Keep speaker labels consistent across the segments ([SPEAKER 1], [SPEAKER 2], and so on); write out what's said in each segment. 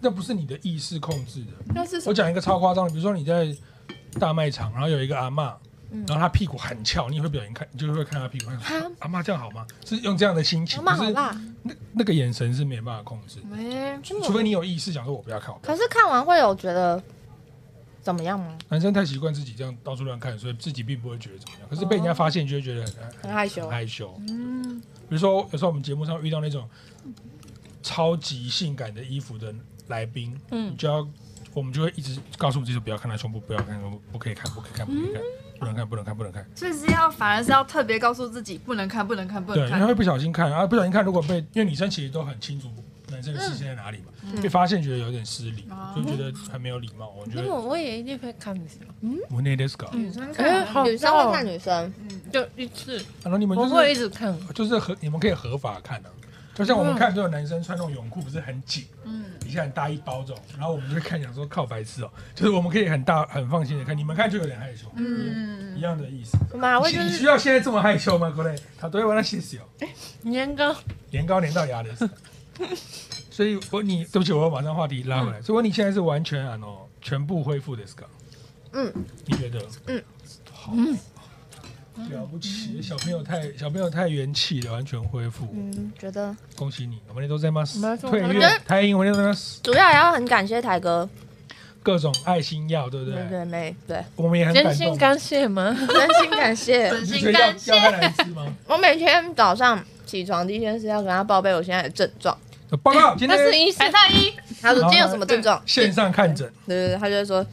[SPEAKER 1] 那不是你的意识控制的。
[SPEAKER 2] 那是什
[SPEAKER 1] 我
[SPEAKER 2] 么？
[SPEAKER 1] 讲一个超夸张的，比如说你在大卖场，然后有一个阿嬷，
[SPEAKER 2] 嗯
[SPEAKER 1] 然后她屁股很翘，你也会表演看，你就会看她屁股。
[SPEAKER 2] 啊
[SPEAKER 1] 阿嬷这样好吗？是用这样的心情，
[SPEAKER 2] 阿嬷
[SPEAKER 1] 可
[SPEAKER 2] 好
[SPEAKER 1] 是
[SPEAKER 2] 辣，
[SPEAKER 1] 那那个眼神是没办法控制，
[SPEAKER 2] 没、
[SPEAKER 1] 除非你有意识想说我不要看，我不要看
[SPEAKER 2] 可是看完会有觉得怎么样吗？
[SPEAKER 1] 男生太习惯自己这样到处乱看，所以自己并不会觉得怎么样。可是被人
[SPEAKER 2] 哦
[SPEAKER 1] 家发现，就会觉得很
[SPEAKER 2] 很害羞
[SPEAKER 1] 很害羞。嗯，比如说有时候我们节目上遇到那种超级性感的衣服的来宾，嗯，就要我们就会一直告诉我们自己说不要看他胸部，不要看胸部，不可以看，不可以看，不可以看，不能看，不能看，不能看。
[SPEAKER 3] 所以是要反而是要特别告诉自己不能看，不能看，不
[SPEAKER 1] 对，因
[SPEAKER 3] 能
[SPEAKER 1] 为
[SPEAKER 3] 看。
[SPEAKER 1] 会不小心看啊，不小心看，如果被因为女生其实都很清楚男生的视线在哪里嘛，被发现觉得有点失礼，就觉得很没有礼貌。我觉
[SPEAKER 4] 那
[SPEAKER 1] 得
[SPEAKER 4] 么我也一定会看女生，
[SPEAKER 1] 我那啊 this girl，
[SPEAKER 3] 女生
[SPEAKER 4] 哎，
[SPEAKER 3] 看
[SPEAKER 4] 好
[SPEAKER 2] 女生会
[SPEAKER 4] 哦
[SPEAKER 2] 看女生，
[SPEAKER 4] 就一次，
[SPEAKER 1] 然后你们就
[SPEAKER 4] 我
[SPEAKER 1] 是
[SPEAKER 4] 会一直看。
[SPEAKER 1] 就是合你们可以合法看啊，就像我们看这种男生穿那种泳裤不是很紧，嗯，底下很大一包这种，然后我们就会看想说靠白痴哦、就是我们可以很大很放心的看，你们看就有点害羞，嗯，一样的意思。
[SPEAKER 2] 妈，我
[SPEAKER 1] 你
[SPEAKER 2] 就
[SPEAKER 1] 你
[SPEAKER 2] 是
[SPEAKER 1] 需要现在这么害羞吗？各位，他都会玩到谢谢哦，
[SPEAKER 4] 年糕，
[SPEAKER 1] 年糕年到牙 的。所以我你对不起，我马上话题拉回来。所以我你现在是完全啊哦，全部恢复的是个，
[SPEAKER 2] 嗯，
[SPEAKER 1] 你觉得？
[SPEAKER 2] 嗯，
[SPEAKER 1] 好。了不起，小朋友太小朋友太元气了，完全恢复。
[SPEAKER 2] 嗯，觉得
[SPEAKER 1] 恭喜你，我们都在吗？
[SPEAKER 4] 没错
[SPEAKER 1] 退
[SPEAKER 4] 我
[SPEAKER 2] 觉
[SPEAKER 1] 月
[SPEAKER 2] 得
[SPEAKER 1] 台银，我们都在
[SPEAKER 2] 主要也要很感谢台哥，
[SPEAKER 1] 各种爱心药，对不
[SPEAKER 2] 对
[SPEAKER 1] 对？
[SPEAKER 2] 对妹，对，
[SPEAKER 1] 我们也很
[SPEAKER 4] 真
[SPEAKER 1] 感
[SPEAKER 4] 心
[SPEAKER 1] 动。
[SPEAKER 4] 感谢吗？
[SPEAKER 2] 真心感谢。
[SPEAKER 3] 真
[SPEAKER 1] 你
[SPEAKER 3] 心
[SPEAKER 1] 觉得要
[SPEAKER 3] 感
[SPEAKER 1] 要
[SPEAKER 3] 谢。
[SPEAKER 1] 再来一次吗？
[SPEAKER 2] 我每天早上起床第一件事要跟他报备我现在的症状，
[SPEAKER 1] 报告，今
[SPEAKER 4] 那是
[SPEAKER 1] 天
[SPEAKER 4] 医生
[SPEAKER 3] 白，太一，
[SPEAKER 2] 他说今天有什么症状，
[SPEAKER 1] 线上看诊，
[SPEAKER 2] 对对对，他就会说。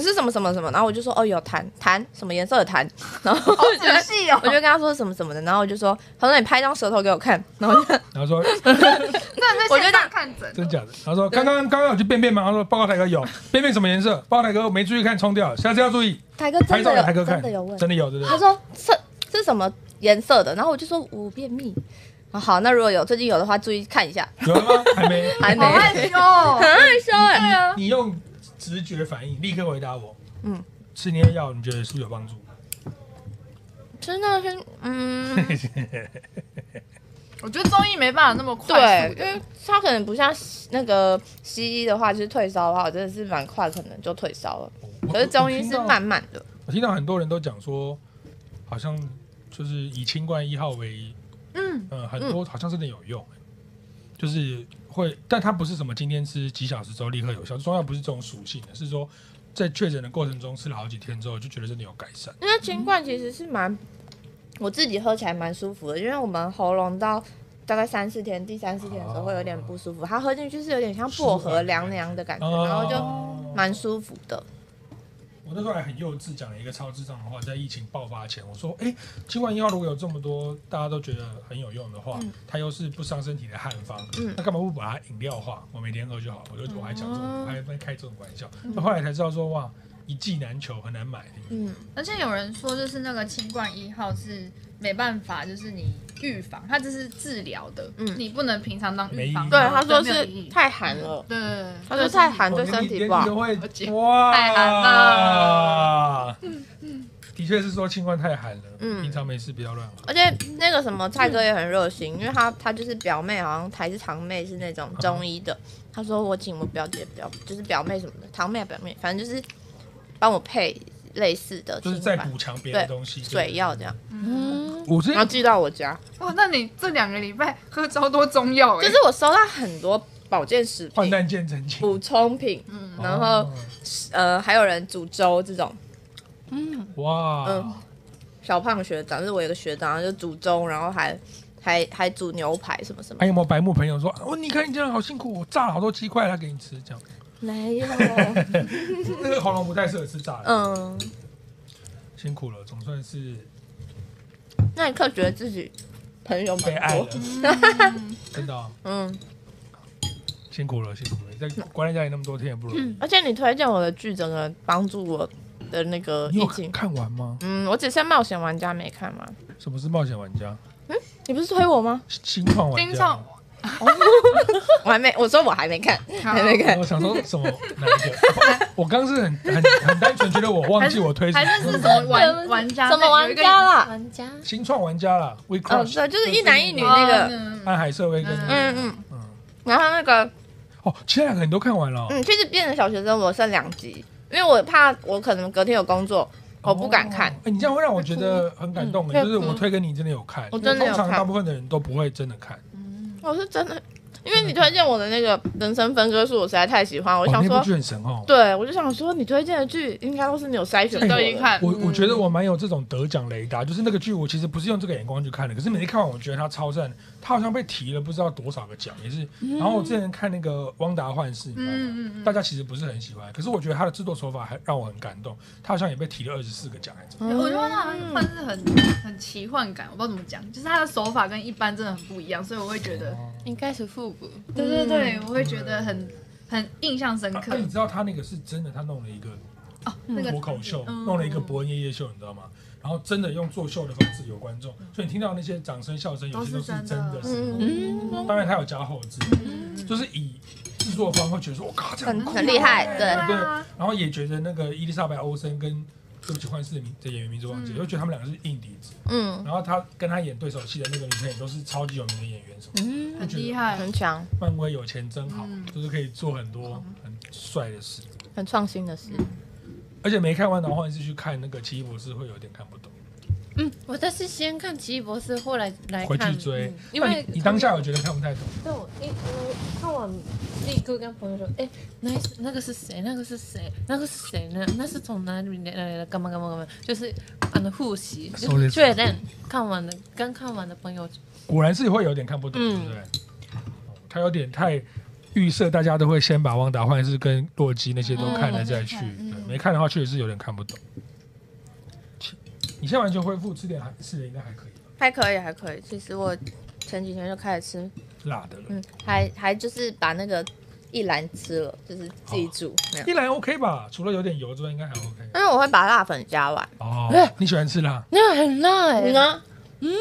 [SPEAKER 2] 是什么什么什么，然后我就说哦有痰痰什么颜色的痰，然后
[SPEAKER 3] 好仔细哦
[SPEAKER 2] 我就。跟他说什么什么的，然后我就说，他说你拍张舌头给我看，然后就
[SPEAKER 1] 然后说
[SPEAKER 3] 那
[SPEAKER 2] 我觉得
[SPEAKER 3] 在线上看诊，
[SPEAKER 1] 真假的，然后说刚刚刚刚有去便便吗？他说报告台哥有，便便什么颜色？报告台哥没注意看冲掉了，下次要注意。
[SPEAKER 2] 台哥
[SPEAKER 1] 拍
[SPEAKER 2] 哦真
[SPEAKER 1] 照
[SPEAKER 2] 的
[SPEAKER 1] 给
[SPEAKER 2] 有
[SPEAKER 1] 台哥看，
[SPEAKER 2] 真的有问，
[SPEAKER 1] 真的有，对不
[SPEAKER 2] 他
[SPEAKER 1] 对？
[SPEAKER 2] 说这这什么颜色的，然后我就说我便秘。啊好，那如果有最近有的话，注意看一下。
[SPEAKER 1] 有了 吗？还没，
[SPEAKER 2] 还没
[SPEAKER 3] 好害羞哦。啊
[SPEAKER 2] 很害羞哎、
[SPEAKER 1] 你用直觉反应立刻回答我。
[SPEAKER 2] 嗯，
[SPEAKER 1] 吃那些药，你觉得是不是有帮助？
[SPEAKER 2] 真的是， 嗯，
[SPEAKER 3] 我觉得中医没办法那么
[SPEAKER 2] 对
[SPEAKER 3] 快速，
[SPEAKER 2] 因
[SPEAKER 3] 的，
[SPEAKER 2] 为他可能不像西那个西医的话，就是退烧的话，我真的是蛮快，可能就退烧了。
[SPEAKER 1] 我
[SPEAKER 2] 可是中医是。
[SPEAKER 1] 我我听到
[SPEAKER 2] 慢慢的，
[SPEAKER 1] 我听到很多人都讲说，好像就是以清冠一号为，嗯，呃，很多好像真的有用、就是会，但它不是什么今天吃几小时之后立刻有效，中药不是这种属性的，是说在确诊的过程中吃了好几天之后就觉得真的有改善。
[SPEAKER 2] 因为清冠其实是蛮，我自己喝起来蛮舒服的，因为我们喉咙到大概三四天，第三四天的时候会有点不舒服，它喝进去是有点像薄荷凉凉的感觉，
[SPEAKER 1] 哦
[SPEAKER 2] 然后就
[SPEAKER 1] 就
[SPEAKER 2] 蛮舒服的。
[SPEAKER 1] 我那时候还很幼稚，讲了一个超智障的话，在疫情爆发前，我说：“哎、清冠一号如果有这么多大家都觉得很有用的话，它又是不伤身体的汉方，
[SPEAKER 2] 嗯
[SPEAKER 1] 那干嘛不把它饮料化？我每天喝就好。”我就我还讲这种，
[SPEAKER 2] 哦
[SPEAKER 1] 还还开这种玩笑。那、后来才知道说，哇，一剂难求，很难买。
[SPEAKER 2] 嗯，
[SPEAKER 3] 而且有人说，就是那个清冠一号是没办法，就是你预防，它这是治疗的，
[SPEAKER 2] 嗯
[SPEAKER 3] 你不能平常当预防。
[SPEAKER 1] 没
[SPEAKER 2] 对，
[SPEAKER 1] 意义
[SPEAKER 2] 他说
[SPEAKER 3] 没有意
[SPEAKER 2] 是
[SPEAKER 3] 义嗯
[SPEAKER 2] 太寒了，
[SPEAKER 3] 对对对，
[SPEAKER 2] 他说太寒对
[SPEAKER 1] 哦连
[SPEAKER 2] 身
[SPEAKER 1] 你
[SPEAKER 2] 体
[SPEAKER 1] 连
[SPEAKER 2] 不好
[SPEAKER 1] 你都。会
[SPEAKER 3] 我姐
[SPEAKER 1] 哇，
[SPEAKER 3] 太寒了
[SPEAKER 1] 的确是说清冠太寒了，
[SPEAKER 2] 嗯
[SPEAKER 1] 平常没事不要乱喝。
[SPEAKER 2] 而且那个什么蔡哥也很热心，因为他他就是表妹，好像还是堂妹是那种中医的。他说我请我表姐表就是表妹什么的，堂妹啊表妹，反正就是帮我配类似的
[SPEAKER 1] 就是
[SPEAKER 2] 清
[SPEAKER 1] 在
[SPEAKER 2] 管
[SPEAKER 1] 补强别的东西，
[SPEAKER 2] 水药这样，
[SPEAKER 4] 嗯，
[SPEAKER 1] 我之
[SPEAKER 2] 然后
[SPEAKER 1] 前
[SPEAKER 2] 寄到我家。
[SPEAKER 3] 哇，哦那你这两个礼拜喝超多中药哎、
[SPEAKER 2] 就是我收到很多保健食
[SPEAKER 1] 患
[SPEAKER 2] 品、
[SPEAKER 1] 难见哦真情，
[SPEAKER 2] 补充品，
[SPEAKER 3] 嗯
[SPEAKER 2] 然后呃还有人煮粥这种。
[SPEAKER 1] 哇，
[SPEAKER 2] 嗯小胖学长就是我有个学长，就煮粥，然后还还还煮牛排什么什么
[SPEAKER 1] 还。有没有白目朋友说，哦，你看你这样好辛苦，我炸了好多鸡块来给你吃，这样
[SPEAKER 2] 没有，
[SPEAKER 1] 那个喉咙不太适合吃炸的，
[SPEAKER 2] 嗯。
[SPEAKER 1] 辛苦了，总算是
[SPEAKER 2] 那一刻觉得自己朋友
[SPEAKER 1] 被
[SPEAKER 2] 蛮
[SPEAKER 1] 爱了
[SPEAKER 2] 多，，
[SPEAKER 1] 真的哦、
[SPEAKER 2] 嗯，
[SPEAKER 1] 辛苦了，辛苦了，在关在家里那么多天也不容易。
[SPEAKER 2] 而且你推荐我的剧，整个帮助我的那个
[SPEAKER 1] 你有
[SPEAKER 2] 疫情
[SPEAKER 1] 看。看完吗？
[SPEAKER 2] 嗯，我只剩冒险玩家没看完。
[SPEAKER 1] 什么是冒险玩家？
[SPEAKER 2] 你不是推我吗？
[SPEAKER 1] 新创玩
[SPEAKER 3] 盯
[SPEAKER 1] 家
[SPEAKER 3] 上
[SPEAKER 1] 吗？
[SPEAKER 2] 我还没，我说我还没看，还没看
[SPEAKER 1] 我。想说什么哪一个？ 我刚是很很很单纯觉得我忘记我推什
[SPEAKER 3] 还是
[SPEAKER 1] 么
[SPEAKER 3] 是什 么玩玩家？
[SPEAKER 2] 什么玩家啦？
[SPEAKER 4] 玩家，
[SPEAKER 1] 新创玩家啦，We
[SPEAKER 3] 哦
[SPEAKER 2] 嗯，
[SPEAKER 1] Crush，
[SPEAKER 3] 啊
[SPEAKER 2] 对，
[SPEAKER 3] 嗯
[SPEAKER 2] 就是一男一女
[SPEAKER 3] 有一个
[SPEAKER 2] 那
[SPEAKER 3] 哦
[SPEAKER 2] 个，
[SPEAKER 3] 嗯
[SPEAKER 1] 安海瑟薇跟
[SPEAKER 2] 嗯嗯。然后那个
[SPEAKER 1] 哦，其他两个你都看完了哦、
[SPEAKER 2] 嗯，其实变成小学生我剩两集，因为我怕我可能隔天有工作，我不敢看
[SPEAKER 1] 哦。哎、你这样会让我觉得很感动、
[SPEAKER 4] 嗯
[SPEAKER 1] 哎，就是
[SPEAKER 4] 会哭
[SPEAKER 1] 我推给你真的有看，
[SPEAKER 2] 我真的有
[SPEAKER 1] 因为通常
[SPEAKER 2] 看
[SPEAKER 1] 大部分的人都不会真的看。
[SPEAKER 3] 嗯
[SPEAKER 2] 我是真的，因为你推荐我的那个《人生分割术》，我实在太喜欢，我想
[SPEAKER 1] 哦、那
[SPEAKER 2] 说
[SPEAKER 1] 部，剧很神哦。
[SPEAKER 2] 对我就想说，你推荐的剧应该都是你有筛选
[SPEAKER 1] 哎我
[SPEAKER 2] 过的。
[SPEAKER 3] 对，一看，嗯
[SPEAKER 1] 我我觉得
[SPEAKER 2] 嗯
[SPEAKER 1] 我蛮有这种得奖雷达，就是那个剧我其实不是用这个眼光去看的，可是每次看完我觉得它超赞，它好像被提了不知道多少个奖，也是。
[SPEAKER 2] 嗯
[SPEAKER 1] 然后我之前看那个《汪达幻视》，你知道吗？
[SPEAKER 3] 嗯嗯
[SPEAKER 1] 大家其实不是很喜欢，可是我觉得它的制作手法还让我很感动，它好像也被提了二十四个奖还是怎么样。
[SPEAKER 3] 嗯，我觉得
[SPEAKER 2] 啊
[SPEAKER 3] 它好像算是很很奇幻感，我不知道怎么讲，就是它的手法跟一般真的很不一样，所以我会觉得，
[SPEAKER 1] 哦
[SPEAKER 4] 应该是复古，
[SPEAKER 3] 对对对，我会觉得很很印象
[SPEAKER 2] 嗯
[SPEAKER 3] 深
[SPEAKER 1] 那、
[SPEAKER 3] 刻
[SPEAKER 1] 啊你知道他那个是真的，他弄了一个
[SPEAKER 3] 哦，那个
[SPEAKER 1] 脱口秀，
[SPEAKER 3] 嗯
[SPEAKER 1] 弄了一个伯恩夜夜秀，你知道吗？然后真的用作秀的方式有观众，所以你听到那些掌声、笑声，有些都是真的声音。
[SPEAKER 4] 嗯，
[SPEAKER 1] 当然他有加后置，
[SPEAKER 3] 嗯
[SPEAKER 1] 就是以制作方会觉得说，我靠，这样
[SPEAKER 2] 很
[SPEAKER 1] 酷
[SPEAKER 2] 嗯很厉害对
[SPEAKER 1] 对。
[SPEAKER 3] 啊
[SPEAKER 1] 然后也觉得那个伊丽莎白·欧森跟对不起，幻视的名的演员名字忘记，了，就觉得他们两个是硬底子。
[SPEAKER 2] 嗯，
[SPEAKER 1] 然后他跟他演对手戏的那个女朋友都是超级有名的演员，什么
[SPEAKER 4] 嗯，
[SPEAKER 3] 很厉害，
[SPEAKER 2] 很强，
[SPEAKER 1] 漫威有钱真好，
[SPEAKER 3] 嗯
[SPEAKER 1] 就是可以做很多很帅的事。
[SPEAKER 2] 很创新的事。
[SPEAKER 1] 而且没看完的话，你是去看那个《奇异博士》，会有点看不懂。
[SPEAKER 4] 嗯，我但是先看《奇异博士》，后来来
[SPEAKER 1] 回去
[SPEAKER 4] 看，
[SPEAKER 1] 追
[SPEAKER 4] 嗯因为
[SPEAKER 1] 你你当下我觉得看不太懂，
[SPEAKER 4] 对我一我看完立刻跟朋友说，哎、那一那个是谁？那个是谁？那个是谁呢？那是从哪里来的？干嘛干嘛干嘛？就是啊，那复习，
[SPEAKER 1] そうです
[SPEAKER 4] 就是确认看完的，刚看完的朋友，
[SPEAKER 1] 果然是会有点看不懂，
[SPEAKER 4] 嗯
[SPEAKER 1] 对不对？哦他有点太预设，大家都会先把《旺达幻视》跟《洛基》那些都看了再去，
[SPEAKER 3] 嗯
[SPEAKER 1] 对，没看的话确实是有点看不懂。其你现在完全恢复吃点韩式的，应该还可以吧？
[SPEAKER 2] 还可以，还可以。其实我前几天就开始吃，
[SPEAKER 1] 辣的了，
[SPEAKER 2] 嗯，还还就是把那个一篮吃了，就是自己煮那样。
[SPEAKER 1] 一来 OK 吧，除了有点油之外，应该还 OK。
[SPEAKER 2] 哦因为我会把辣粉加完，
[SPEAKER 1] 哦
[SPEAKER 4] 哎，
[SPEAKER 1] 你喜欢吃辣，
[SPEAKER 4] 那很辣哎、
[SPEAKER 2] 你
[SPEAKER 1] 嗯
[SPEAKER 2] 呢？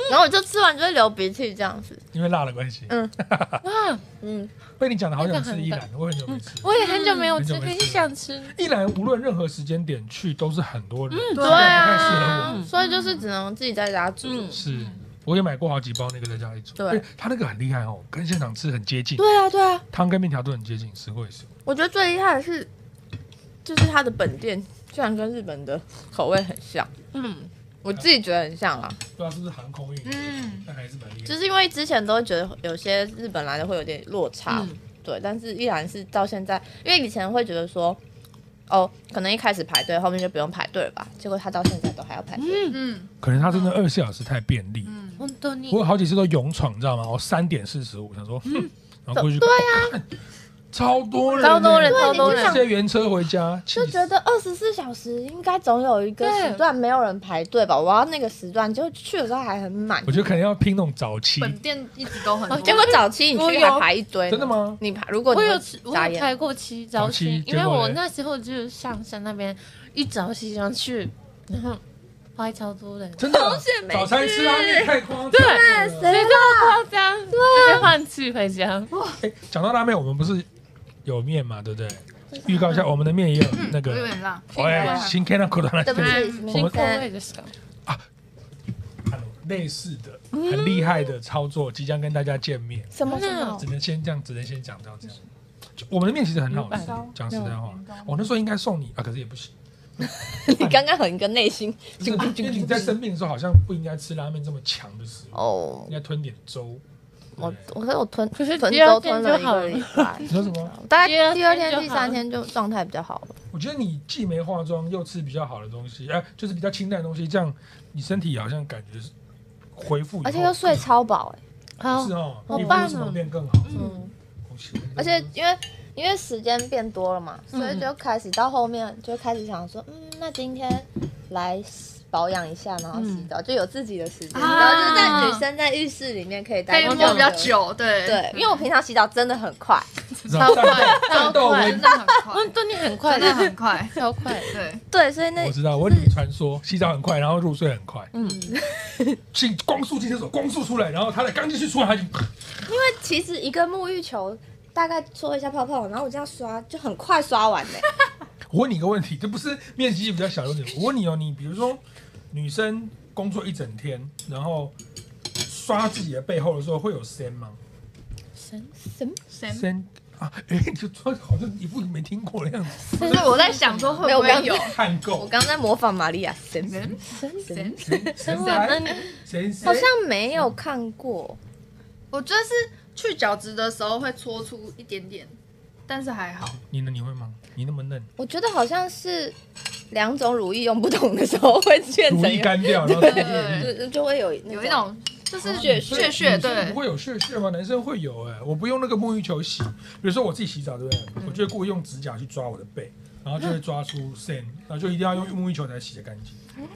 [SPEAKER 2] 然后我就吃完就会流鼻涕这样子。
[SPEAKER 1] 因为辣的关系。
[SPEAKER 2] 嗯
[SPEAKER 4] 哇，
[SPEAKER 2] 嗯，
[SPEAKER 1] 被你讲的好想
[SPEAKER 4] 那
[SPEAKER 1] 吃
[SPEAKER 4] 个很
[SPEAKER 1] 一兰，我很久没吃。
[SPEAKER 4] 我也很久没有吃，
[SPEAKER 1] 嗯
[SPEAKER 4] 可是想吃。
[SPEAKER 1] 一兰无论任何时间点去都是很多人，
[SPEAKER 3] 对
[SPEAKER 2] 对
[SPEAKER 1] 不太适合我
[SPEAKER 2] 啊
[SPEAKER 1] 们，
[SPEAKER 2] 所以就是只能自己在家煮。
[SPEAKER 4] 嗯
[SPEAKER 1] 是，我也买过好几包那个在家里煮。
[SPEAKER 2] 对
[SPEAKER 1] 而且它那个很厉害哦，跟现场吃很接近，
[SPEAKER 2] 对啊，对啊，
[SPEAKER 1] 汤跟面条都很接近，实惠是。
[SPEAKER 2] 我觉得最厉害的是，就是它的本店居然跟日本的口味很像，
[SPEAKER 4] 嗯，
[SPEAKER 2] 我自己觉得很像啊，
[SPEAKER 1] 对啊，是不是航空运？
[SPEAKER 3] 嗯，
[SPEAKER 1] 但还是蛮厉害。
[SPEAKER 2] 就是因为之前都会觉得有些日本来的会有点落差，
[SPEAKER 4] 嗯
[SPEAKER 2] 对，但是依然是到现在，因为以前会觉得说。哦，可能一开始排队，后面就不用排队了吧？结果他到现在都还要排队。
[SPEAKER 3] 嗯
[SPEAKER 1] 可能它真的二十四小时太便利。
[SPEAKER 3] 嗯，
[SPEAKER 4] 本当に
[SPEAKER 1] 我有好几次都勇闯，你知道吗？我三点四十五想说，哼然后过去对呀，超多人，
[SPEAKER 4] 超多人
[SPEAKER 1] 欸
[SPEAKER 4] 超多人
[SPEAKER 1] 直接原车回家，气
[SPEAKER 2] 就
[SPEAKER 1] 死
[SPEAKER 2] 觉得二十四小时应该总有一个
[SPEAKER 4] 对
[SPEAKER 2] 时段没有人排队吧？我要那个时段，就去的时候还很满
[SPEAKER 1] 我。觉得可能要拼那种早期。
[SPEAKER 3] 本店一直都很
[SPEAKER 4] 哦
[SPEAKER 3] 多，
[SPEAKER 2] 结果早期你
[SPEAKER 4] 我
[SPEAKER 2] 去
[SPEAKER 4] 有
[SPEAKER 2] 还排一堆呢，
[SPEAKER 1] 真的吗
[SPEAKER 2] 你排如果你
[SPEAKER 4] 我有
[SPEAKER 2] 会
[SPEAKER 4] 吃，我
[SPEAKER 2] 眨
[SPEAKER 4] 有
[SPEAKER 2] 眼
[SPEAKER 4] 开过七
[SPEAKER 1] 早
[SPEAKER 4] 早
[SPEAKER 1] 期
[SPEAKER 4] 起，因
[SPEAKER 1] 结
[SPEAKER 4] 为
[SPEAKER 1] 果
[SPEAKER 4] 我
[SPEAKER 1] 嘞
[SPEAKER 4] 那时候就是上山那边一早起想去，然后拍超多人，
[SPEAKER 1] 真的啊
[SPEAKER 2] 好险没
[SPEAKER 1] 早餐吃啊，
[SPEAKER 2] 吃
[SPEAKER 1] 那个太夸张了。
[SPEAKER 2] 谁知道
[SPEAKER 4] 夸张，直接换去回家。
[SPEAKER 1] 哎，讲到拉面，我们不是有面嘛，对不对？预告一下，我们的面也有那
[SPEAKER 3] 有
[SPEAKER 1] 个。
[SPEAKER 3] 点辣，
[SPEAKER 1] 哎，新开的口袋
[SPEAKER 2] 对不起，呃
[SPEAKER 1] 我
[SPEAKER 2] 明
[SPEAKER 1] 们
[SPEAKER 2] 天
[SPEAKER 4] ですか？
[SPEAKER 1] 类似的、
[SPEAKER 2] 嗯
[SPEAKER 1] 很厉害的操作即将跟大家见面，
[SPEAKER 2] 什么什
[SPEAKER 4] 那
[SPEAKER 2] 么
[SPEAKER 1] 只？能先这样，只能先讲到这样。就我们的面其实很好吃
[SPEAKER 4] 明白，
[SPEAKER 1] 讲实在话，我那时候应该送你啊，可是也不行。
[SPEAKER 2] 你刚刚很一个内心
[SPEAKER 1] 因为你在生病的时候好像不应该吃拉面这么强的食物，
[SPEAKER 2] 哦
[SPEAKER 1] 应，该吞点粥。
[SPEAKER 2] 我
[SPEAKER 1] 对
[SPEAKER 2] 我说我吞，
[SPEAKER 4] 可是
[SPEAKER 2] 吞
[SPEAKER 4] 第二
[SPEAKER 2] 粥
[SPEAKER 4] 天
[SPEAKER 2] 吞了一
[SPEAKER 4] 就好
[SPEAKER 2] 个
[SPEAKER 4] 了
[SPEAKER 2] 礼拜
[SPEAKER 1] 你，说什么？
[SPEAKER 2] 大
[SPEAKER 4] 第二
[SPEAKER 2] 概第二天、
[SPEAKER 4] 天就
[SPEAKER 2] 第
[SPEAKER 4] 好
[SPEAKER 2] 三天就状态比较好了。
[SPEAKER 1] 我觉得你既没化妆，又吃比较好的东西，哎，就是比较清淡的东西，这样你身体好像感觉是恢复以后，
[SPEAKER 2] 而且又睡超饱哎、
[SPEAKER 4] 好
[SPEAKER 1] 是，哦，
[SPEAKER 4] 好
[SPEAKER 1] 皮肤
[SPEAKER 4] 棒哦
[SPEAKER 1] 什么变更好，
[SPEAKER 2] 嗯，
[SPEAKER 1] 恭喜
[SPEAKER 2] 而且因为因为时间变多了嘛，所以就开始到后面就开始想说，嗯，那今天来保养一下，然后洗澡，就有自己的时间，然后就
[SPEAKER 3] 啊
[SPEAKER 2] 在女生在浴室里面可以
[SPEAKER 3] 可
[SPEAKER 2] 待
[SPEAKER 3] 以
[SPEAKER 2] 比
[SPEAKER 3] 摸比较
[SPEAKER 2] 较。
[SPEAKER 3] 久，对
[SPEAKER 2] 对，因为我平常洗澡真的很快，
[SPEAKER 1] 然后战斗战斗
[SPEAKER 4] 快
[SPEAKER 1] 文
[SPEAKER 3] 真的很快，
[SPEAKER 4] 本当に很快
[SPEAKER 3] 真，的很快，
[SPEAKER 4] 超快。
[SPEAKER 3] 对，
[SPEAKER 2] 对，所以那
[SPEAKER 1] 我知道，我女传说洗澡很快，然后入睡很快，
[SPEAKER 4] 嗯，
[SPEAKER 1] 进光速进厕所，光速出来，然后她才刚进去出来，她就
[SPEAKER 2] 其实一个沐浴球大概搓一下泡泡，然后我这样刷就很快刷完嘞、
[SPEAKER 1] 我问你一个问题，这不是面积比较小的问题。我问你哦，你比如说女生工作一整天，然后刷自己的背后的时候会有声吗？
[SPEAKER 2] 嗯
[SPEAKER 4] 神
[SPEAKER 1] 声啊，哎、就突然好像一副没听过的样子，
[SPEAKER 3] 但是我在想说会
[SPEAKER 2] 没有
[SPEAKER 3] 不
[SPEAKER 2] 我刚
[SPEAKER 3] 会有
[SPEAKER 1] 看
[SPEAKER 2] 我
[SPEAKER 1] 够
[SPEAKER 2] 刚在模仿玛利亚森，
[SPEAKER 3] 神神
[SPEAKER 1] 神
[SPEAKER 2] 那
[SPEAKER 1] 来
[SPEAKER 2] 你
[SPEAKER 1] 神
[SPEAKER 2] 好
[SPEAKER 1] 神
[SPEAKER 2] 像没有看过，
[SPEAKER 3] 我觉得是去角质的时候会搓出一点点，但是还好。
[SPEAKER 1] 你呢？你会吗？你那么嫩，
[SPEAKER 2] 我觉得好像是两种乳液用不同的时候会变
[SPEAKER 1] 乳
[SPEAKER 2] 成
[SPEAKER 1] 液
[SPEAKER 2] 有
[SPEAKER 1] 干 掉，然后再变
[SPEAKER 3] 对
[SPEAKER 2] 就就会有那
[SPEAKER 3] 有一种就是
[SPEAKER 1] 啊
[SPEAKER 3] 血
[SPEAKER 1] 女生
[SPEAKER 3] 血血，
[SPEAKER 1] 女生
[SPEAKER 3] 对
[SPEAKER 1] 不，会有血血吗？男生会有哎、我不用那个沐浴球洗，比如说我自己洗澡，对不对？
[SPEAKER 3] 嗯
[SPEAKER 1] 我就会故意用指甲去抓我的背，然后就会抓出 sand，然后就一定要用沐浴球才洗得干净。
[SPEAKER 3] 嗯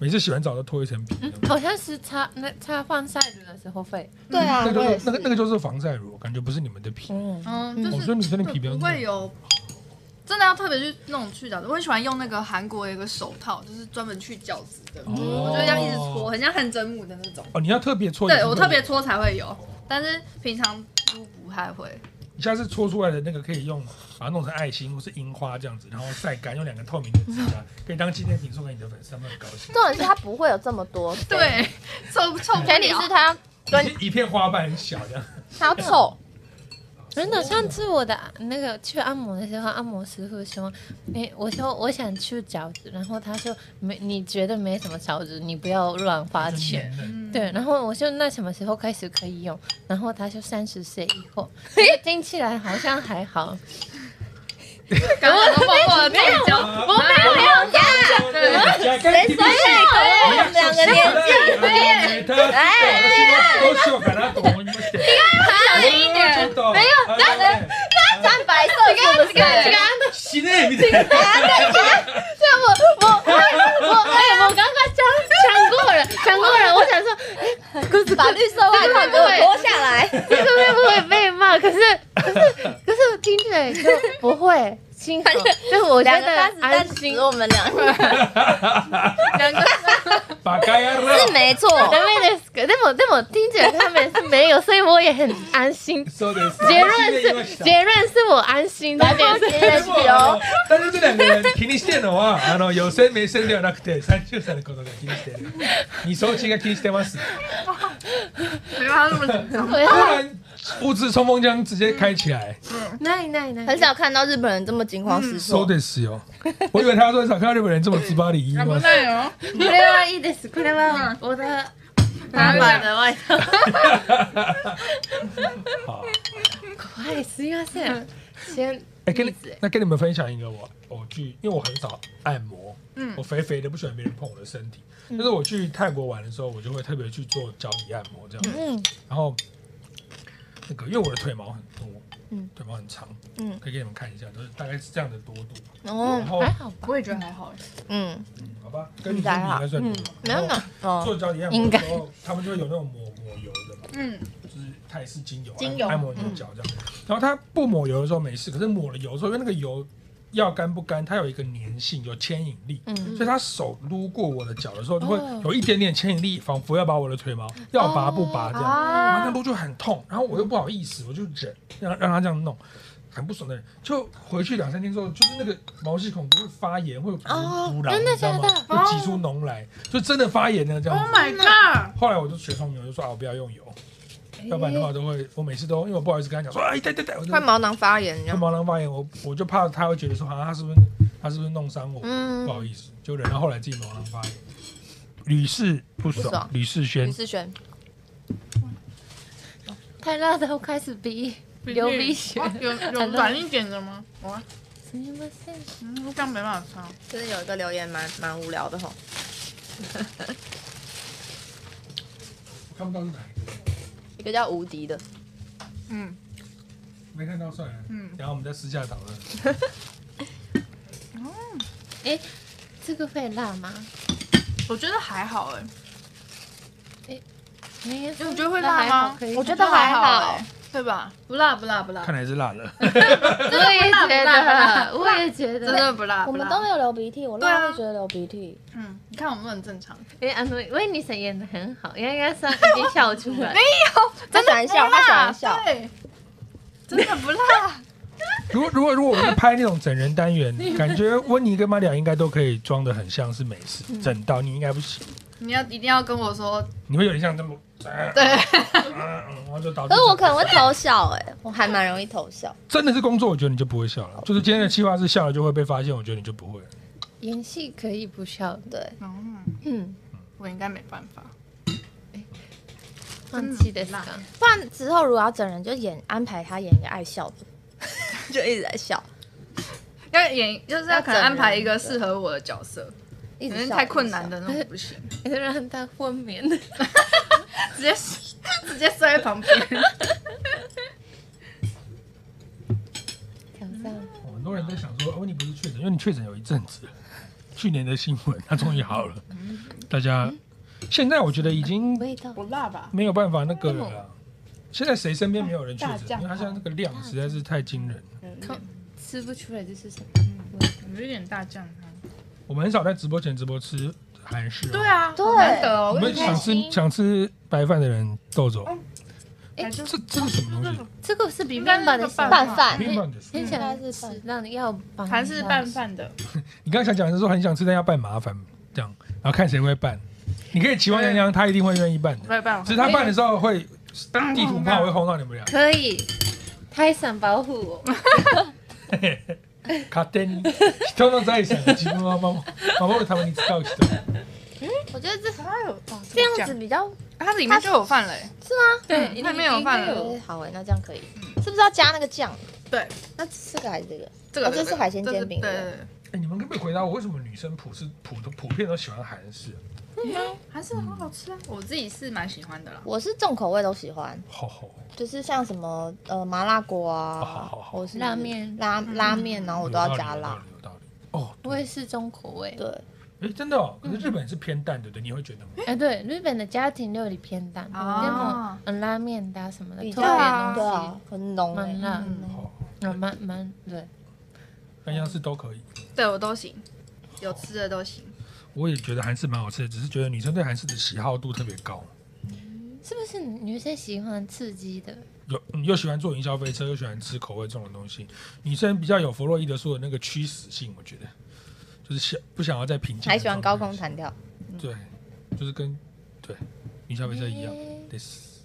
[SPEAKER 1] 每次洗完澡都脱一层皮，
[SPEAKER 4] 好像是擦那擦防晒乳的时候会，
[SPEAKER 2] 对啊，
[SPEAKER 1] 那个
[SPEAKER 2] 我
[SPEAKER 1] 就
[SPEAKER 2] 也
[SPEAKER 1] 是那个那
[SPEAKER 2] 个
[SPEAKER 1] 个就是防晒乳，感觉不是你们的皮。
[SPEAKER 4] 嗯，
[SPEAKER 3] 嗯，就
[SPEAKER 1] 我
[SPEAKER 3] 是
[SPEAKER 1] 说女生的皮不要
[SPEAKER 3] 不会有。真的要特别去那种去角质，我很喜欢用那个韩国有一个手套，就是专门去角质的，
[SPEAKER 1] 哦
[SPEAKER 3] 我就这样一直搓，很像汗蒸木的那种。
[SPEAKER 1] 哦，你要特别搓，
[SPEAKER 3] 对我特别，搓才会有，但是平常都不太会。
[SPEAKER 1] 你下次搓出来的那个可以用，把它弄成爱心或是樱花这样子，然后晒干，用两个透明的指 甲，可以当纪念品送给你的粉丝，他们很高兴。
[SPEAKER 2] 重点是它不会有这么多，，
[SPEAKER 3] 对，凑凑不
[SPEAKER 2] 前提哎是
[SPEAKER 3] 了。
[SPEAKER 2] 它
[SPEAKER 1] 一片花瓣很小这样。
[SPEAKER 2] 它要臭，
[SPEAKER 4] 真的，上次我的那个去按摩的时候，按摩师傅说，哎，我说我想去角质，然后他说没，你觉得没什么角质，你不要乱花钱。
[SPEAKER 3] 嗯，
[SPEAKER 4] 对，然后我就那什么时候开始可以用？然后他说三十岁以 后，诶，听起来好像还好。
[SPEAKER 3] 刚刚都抱抱了太久，
[SPEAKER 1] 我没有要讲，对，谁说
[SPEAKER 2] 我们两个年
[SPEAKER 1] 年纪？哎，都是我跟他懂，你
[SPEAKER 3] 小心一点。
[SPEAKER 1] 没有，但是
[SPEAKER 2] 穿白色是不是？
[SPEAKER 3] 对
[SPEAKER 1] 洗内比的，
[SPEAKER 4] 我哎，我刚刚抢抢过了，抢过了。我想说，
[SPEAKER 2] 把绿色外套给我脱下来，
[SPEAKER 4] 这个会不会被骂？可是可是可是我听起来就不会，幸 好就是我觉
[SPEAKER 2] 两个
[SPEAKER 4] 得
[SPEAKER 2] 三十
[SPEAKER 4] 安
[SPEAKER 2] 三
[SPEAKER 4] 心
[SPEAKER 2] 十，。我们两个
[SPEAKER 3] 两个
[SPEAKER 1] 把盖压了。
[SPEAKER 2] 是没错，
[SPEAKER 4] ダメですか。でもでも听起来他们是没有，所以我也很安心。
[SPEAKER 1] 说的是
[SPEAKER 4] 结论是结论是我安心的。
[SPEAKER 1] 但是这两个人気にしてるのは、あの予選名戦ではなくて、三十歳のことが気にしてる。你手机が気にしてます。
[SPEAKER 3] 没办法那么紧张。
[SPEAKER 4] 我
[SPEAKER 1] 突
[SPEAKER 4] 要
[SPEAKER 1] 然物质冲锋枪直接开起来。
[SPEAKER 4] ないないない。
[SPEAKER 2] 很少看到日本人这么惊慌失
[SPEAKER 1] そう
[SPEAKER 2] 措。
[SPEAKER 1] ですよ。我以为他要说少看到日本人这么直巴里。
[SPEAKER 3] 奈哦，
[SPEAKER 4] これはいいです。これは小田
[SPEAKER 3] 麻烦
[SPEAKER 4] 的ワイド。
[SPEAKER 1] 好。
[SPEAKER 4] 怖い。すいません。先
[SPEAKER 1] 哎、跟你
[SPEAKER 4] 例子
[SPEAKER 1] 那跟你们分享一个我我去，因为我很少按摩，
[SPEAKER 3] 嗯
[SPEAKER 1] 我肥肥的，不喜欢别人碰我的身体。
[SPEAKER 2] 嗯
[SPEAKER 1] 但是我去泰国玩的时候，我就会特别去做脚底按摩这样。
[SPEAKER 4] 嗯
[SPEAKER 1] 然后那个，因为我的腿毛很多，
[SPEAKER 2] 嗯
[SPEAKER 1] 腿毛很长，
[SPEAKER 2] 嗯
[SPEAKER 1] 可以给你们看一下，就是大概是这样的多度。
[SPEAKER 2] 哦
[SPEAKER 1] 然，后
[SPEAKER 4] 还，好吧。
[SPEAKER 3] 我也觉得还好。
[SPEAKER 2] 嗯，
[SPEAKER 1] 嗯好吧，跟你身体应该算多吧。
[SPEAKER 2] 没有呢
[SPEAKER 1] 然，后
[SPEAKER 2] 哦，
[SPEAKER 1] 做脚底按摩的时候，他们就会有那种抹抹油的嘛。
[SPEAKER 3] 嗯，
[SPEAKER 1] 就是泰式精油，
[SPEAKER 3] 精油
[SPEAKER 1] 按按摩你的脚这样。然后它不抹油的时候没事，可是抹了油之后，因为那个油要干不干，它有一个粘性，有牵引力，
[SPEAKER 4] 嗯
[SPEAKER 1] 所以它手撸过我的脚的时候，就会
[SPEAKER 4] 哦
[SPEAKER 1] 有一点点牵引力，仿佛要把我的腿毛要拔不拔
[SPEAKER 2] 哦
[SPEAKER 1] 这样。
[SPEAKER 4] 哦
[SPEAKER 1] 然后那
[SPEAKER 3] 啊，
[SPEAKER 1] 撸就很痛，然后我又不好意思，我就忍，让让它这样弄。很不爽的人，就回去两三天之后，就是那个毛细孔就会发炎，会有
[SPEAKER 2] 哦
[SPEAKER 1] 污染，
[SPEAKER 4] 真的
[SPEAKER 1] 你知道吗
[SPEAKER 4] 假的？哦
[SPEAKER 1] 会挤出脓来，就真的发炎了这样子。
[SPEAKER 3] Oh my god！
[SPEAKER 1] 后来我就学聪明，我就说啊，我不要用油，要不然的话都会，我每次都因为我不好意思跟他讲说，哎，对对对，我就
[SPEAKER 2] 快毛囊发炎这
[SPEAKER 1] 会
[SPEAKER 2] 样。
[SPEAKER 1] 毛囊发炎，我我就怕他会觉得说，好、啊、像他是不是他是不是弄伤我，
[SPEAKER 2] 嗯
[SPEAKER 1] 不好意思，就忍到后来自己毛囊发炎。屡试不
[SPEAKER 2] 不
[SPEAKER 1] 爽
[SPEAKER 2] 爽，
[SPEAKER 1] 屡试
[SPEAKER 2] 吕
[SPEAKER 1] 轩，
[SPEAKER 2] 世轩，
[SPEAKER 4] 太辣的我开始鼻流鼻血。
[SPEAKER 3] 有 有软一点的吗？哇，
[SPEAKER 4] すみません。
[SPEAKER 3] 嗯，这样没办法
[SPEAKER 2] 就是有一个留言蛮蛮无聊的吼，
[SPEAKER 1] 看不到是哪一个，
[SPEAKER 2] 一个叫无敌的，
[SPEAKER 3] 擦。嗯
[SPEAKER 1] 没看到算了。
[SPEAKER 3] 嗯，
[SPEAKER 1] 然后我们在私下讨论。
[SPEAKER 4] 这个会辣吗？
[SPEAKER 3] 我觉得还好哎，
[SPEAKER 4] 你也
[SPEAKER 3] 你
[SPEAKER 4] 是
[SPEAKER 3] 们觉得会辣
[SPEAKER 4] 那还好
[SPEAKER 3] 吗
[SPEAKER 4] 可以？
[SPEAKER 2] 我觉得
[SPEAKER 3] 嗯那还
[SPEAKER 2] 还好
[SPEAKER 3] 哎，对吧？不辣不辣不辣
[SPEAKER 1] 看，来是辣了。
[SPEAKER 4] 我也觉
[SPEAKER 3] 不辣
[SPEAKER 4] 得，我也觉
[SPEAKER 3] 真
[SPEAKER 4] 得。
[SPEAKER 3] 的不辣。
[SPEAKER 5] 我
[SPEAKER 3] 不
[SPEAKER 5] 们
[SPEAKER 3] 辣
[SPEAKER 5] 都没有流鼻涕，我
[SPEAKER 3] 对啊
[SPEAKER 5] 辣会觉得流鼻涕。
[SPEAKER 3] 嗯，你看我们都很正常。
[SPEAKER 4] 哎，安诺维尼森演的很好，应该 算已经笑出来。
[SPEAKER 2] 他喜欢笑，他喜欢笑，
[SPEAKER 3] 哎对，真的不 辣。
[SPEAKER 1] 如果如果如果我们拍那种整人单元，感觉温妮跟玛利亚应该都可以装的很像是美食，整到你应该不行。
[SPEAKER 3] 你要一定要跟我说，
[SPEAKER 1] 你会有点像那么，啊嗯
[SPEAKER 3] 对，
[SPEAKER 1] 然后就导致
[SPEAKER 2] 可是我可能会偷笑哎、我还蛮容易偷笑。
[SPEAKER 1] 真的是工作，我觉得你就不会笑了。就是今天的计划是笑了就会被发现，我觉得你就不会了。
[SPEAKER 4] 演戏可以不笑，
[SPEAKER 2] 对，
[SPEAKER 3] 嗯，
[SPEAKER 4] 嗯，
[SPEAKER 3] 我应该没办法。
[SPEAKER 4] 放弃的
[SPEAKER 3] 辣
[SPEAKER 4] 啦。
[SPEAKER 2] 不然之后如果要整人，就演安排他演一个爱笑的， 就一直在笑，
[SPEAKER 3] 要演就是要可能安排一个适合我的角色，
[SPEAKER 2] 一
[SPEAKER 3] 可
[SPEAKER 2] 直
[SPEAKER 3] 能
[SPEAKER 2] 笑。
[SPEAKER 3] 太困难
[SPEAKER 2] 一直
[SPEAKER 3] 的那种不行，
[SPEAKER 4] 还是 让他昏迷的。
[SPEAKER 3] 直接直接摔在旁边。
[SPEAKER 4] 挑战
[SPEAKER 1] 哦很多人在想说，哦，你不是确诊，因为你确诊有一阵子，去年的新闻，他终于好了。大家现在我觉得已经
[SPEAKER 4] 味道，
[SPEAKER 3] 不辣吧？
[SPEAKER 1] 没有办法那个了啦。现在谁身边没有人确
[SPEAKER 3] 大
[SPEAKER 1] 诊？
[SPEAKER 3] 酱
[SPEAKER 1] 因为他现在那个量实在是太惊人了。
[SPEAKER 4] 看吃不出来这是什么。
[SPEAKER 3] 我有点大酱汤。
[SPEAKER 1] 我们很少在直播前直播吃韩式、哦。
[SPEAKER 3] 对，啊，
[SPEAKER 2] 对
[SPEAKER 3] 好难得哦。
[SPEAKER 1] 我
[SPEAKER 3] 我
[SPEAKER 1] 们
[SPEAKER 3] 跟你
[SPEAKER 1] 想
[SPEAKER 3] 说，
[SPEAKER 1] 吃想吃白饭的人豆走。
[SPEAKER 3] 哎，
[SPEAKER 1] 这
[SPEAKER 3] 嗯就
[SPEAKER 1] 这是什么东西？
[SPEAKER 4] 这个是比面包的
[SPEAKER 3] 应该是那个
[SPEAKER 2] 拌饭，
[SPEAKER 1] 冰棒的。
[SPEAKER 4] 听起来是
[SPEAKER 2] 嗯
[SPEAKER 4] 让你要拌
[SPEAKER 3] 韩式拌饭的，
[SPEAKER 1] 你刚刚想讲的是说很想吃，但要办麻烦这样，然后看谁会办。你可以期望杨洋，他一定会愿意办的。
[SPEAKER 3] 没有办
[SPEAKER 1] 只是他办的时候会地图炮会轰到你们俩。
[SPEAKER 4] 可以，泰山保护我。
[SPEAKER 1] 卡丁，人の財産自分は守守るために使う人。
[SPEAKER 2] 我觉得这
[SPEAKER 3] 他有哇
[SPEAKER 2] 这
[SPEAKER 3] 怎么
[SPEAKER 2] 样子
[SPEAKER 3] 讲，
[SPEAKER 2] 比较
[SPEAKER 3] 它里面就有饭了欸。
[SPEAKER 2] 是吗？
[SPEAKER 4] 对，
[SPEAKER 3] 那边有饭了
[SPEAKER 2] 对好哎、那这样可以，是不是要加那个酱？
[SPEAKER 3] 对，
[SPEAKER 2] 那这个还是这个？
[SPEAKER 3] 这个
[SPEAKER 2] 哦这是海鲜煎饼
[SPEAKER 3] 这是对对
[SPEAKER 1] 哎，你们可不可以回答我，为什么女生普是普普遍都喜欢韩式？
[SPEAKER 3] 对，还是很好吃啊，我自己是蛮喜欢的啦。
[SPEAKER 2] 我是重口味都喜欢，
[SPEAKER 1] 吼吼，
[SPEAKER 2] 就是像什么呃麻辣锅
[SPEAKER 1] 好哦好好
[SPEAKER 2] 啊，
[SPEAKER 1] 好
[SPEAKER 2] 或是
[SPEAKER 4] 拉面嗯
[SPEAKER 2] 拉拉面，然后我都要加辣。
[SPEAKER 1] 有道理。有道理
[SPEAKER 4] 我
[SPEAKER 1] 有道理
[SPEAKER 4] 也是中口味。
[SPEAKER 2] 对，
[SPEAKER 1] 哦，哎，真的哦。可是日本是偏淡，对不对？你会觉得吗？
[SPEAKER 4] 哎，对，日本的家庭料理偏淡，那
[SPEAKER 3] 哦
[SPEAKER 4] 种拉面的啊什么的，
[SPEAKER 2] 比
[SPEAKER 4] 特
[SPEAKER 2] 较
[SPEAKER 4] 别
[SPEAKER 3] 啊
[SPEAKER 2] 对
[SPEAKER 4] 的
[SPEAKER 2] 啊，很浓欸
[SPEAKER 4] 蛮辣
[SPEAKER 2] 很浓
[SPEAKER 1] 哦，
[SPEAKER 4] 东西，蛮蛮对。
[SPEAKER 1] 那样式都可以。
[SPEAKER 3] 对我都行，有吃的都行。
[SPEAKER 1] 我也觉得韩式蛮好吃的，只是觉得女生对韩式的喜好度特别高。
[SPEAKER 4] 是不是女生喜欢刺激的？
[SPEAKER 1] 有嗯又喜欢坐云霄飞车，又喜欢吃口味重的东西。女生比较有弗洛伊德说的那个驱使性，我觉得就是想不想要再平静的状态下，
[SPEAKER 2] 还喜欢高空弹跳，
[SPEAKER 1] 对，就是跟对云霄飞车一样。
[SPEAKER 4] えー
[SPEAKER 1] This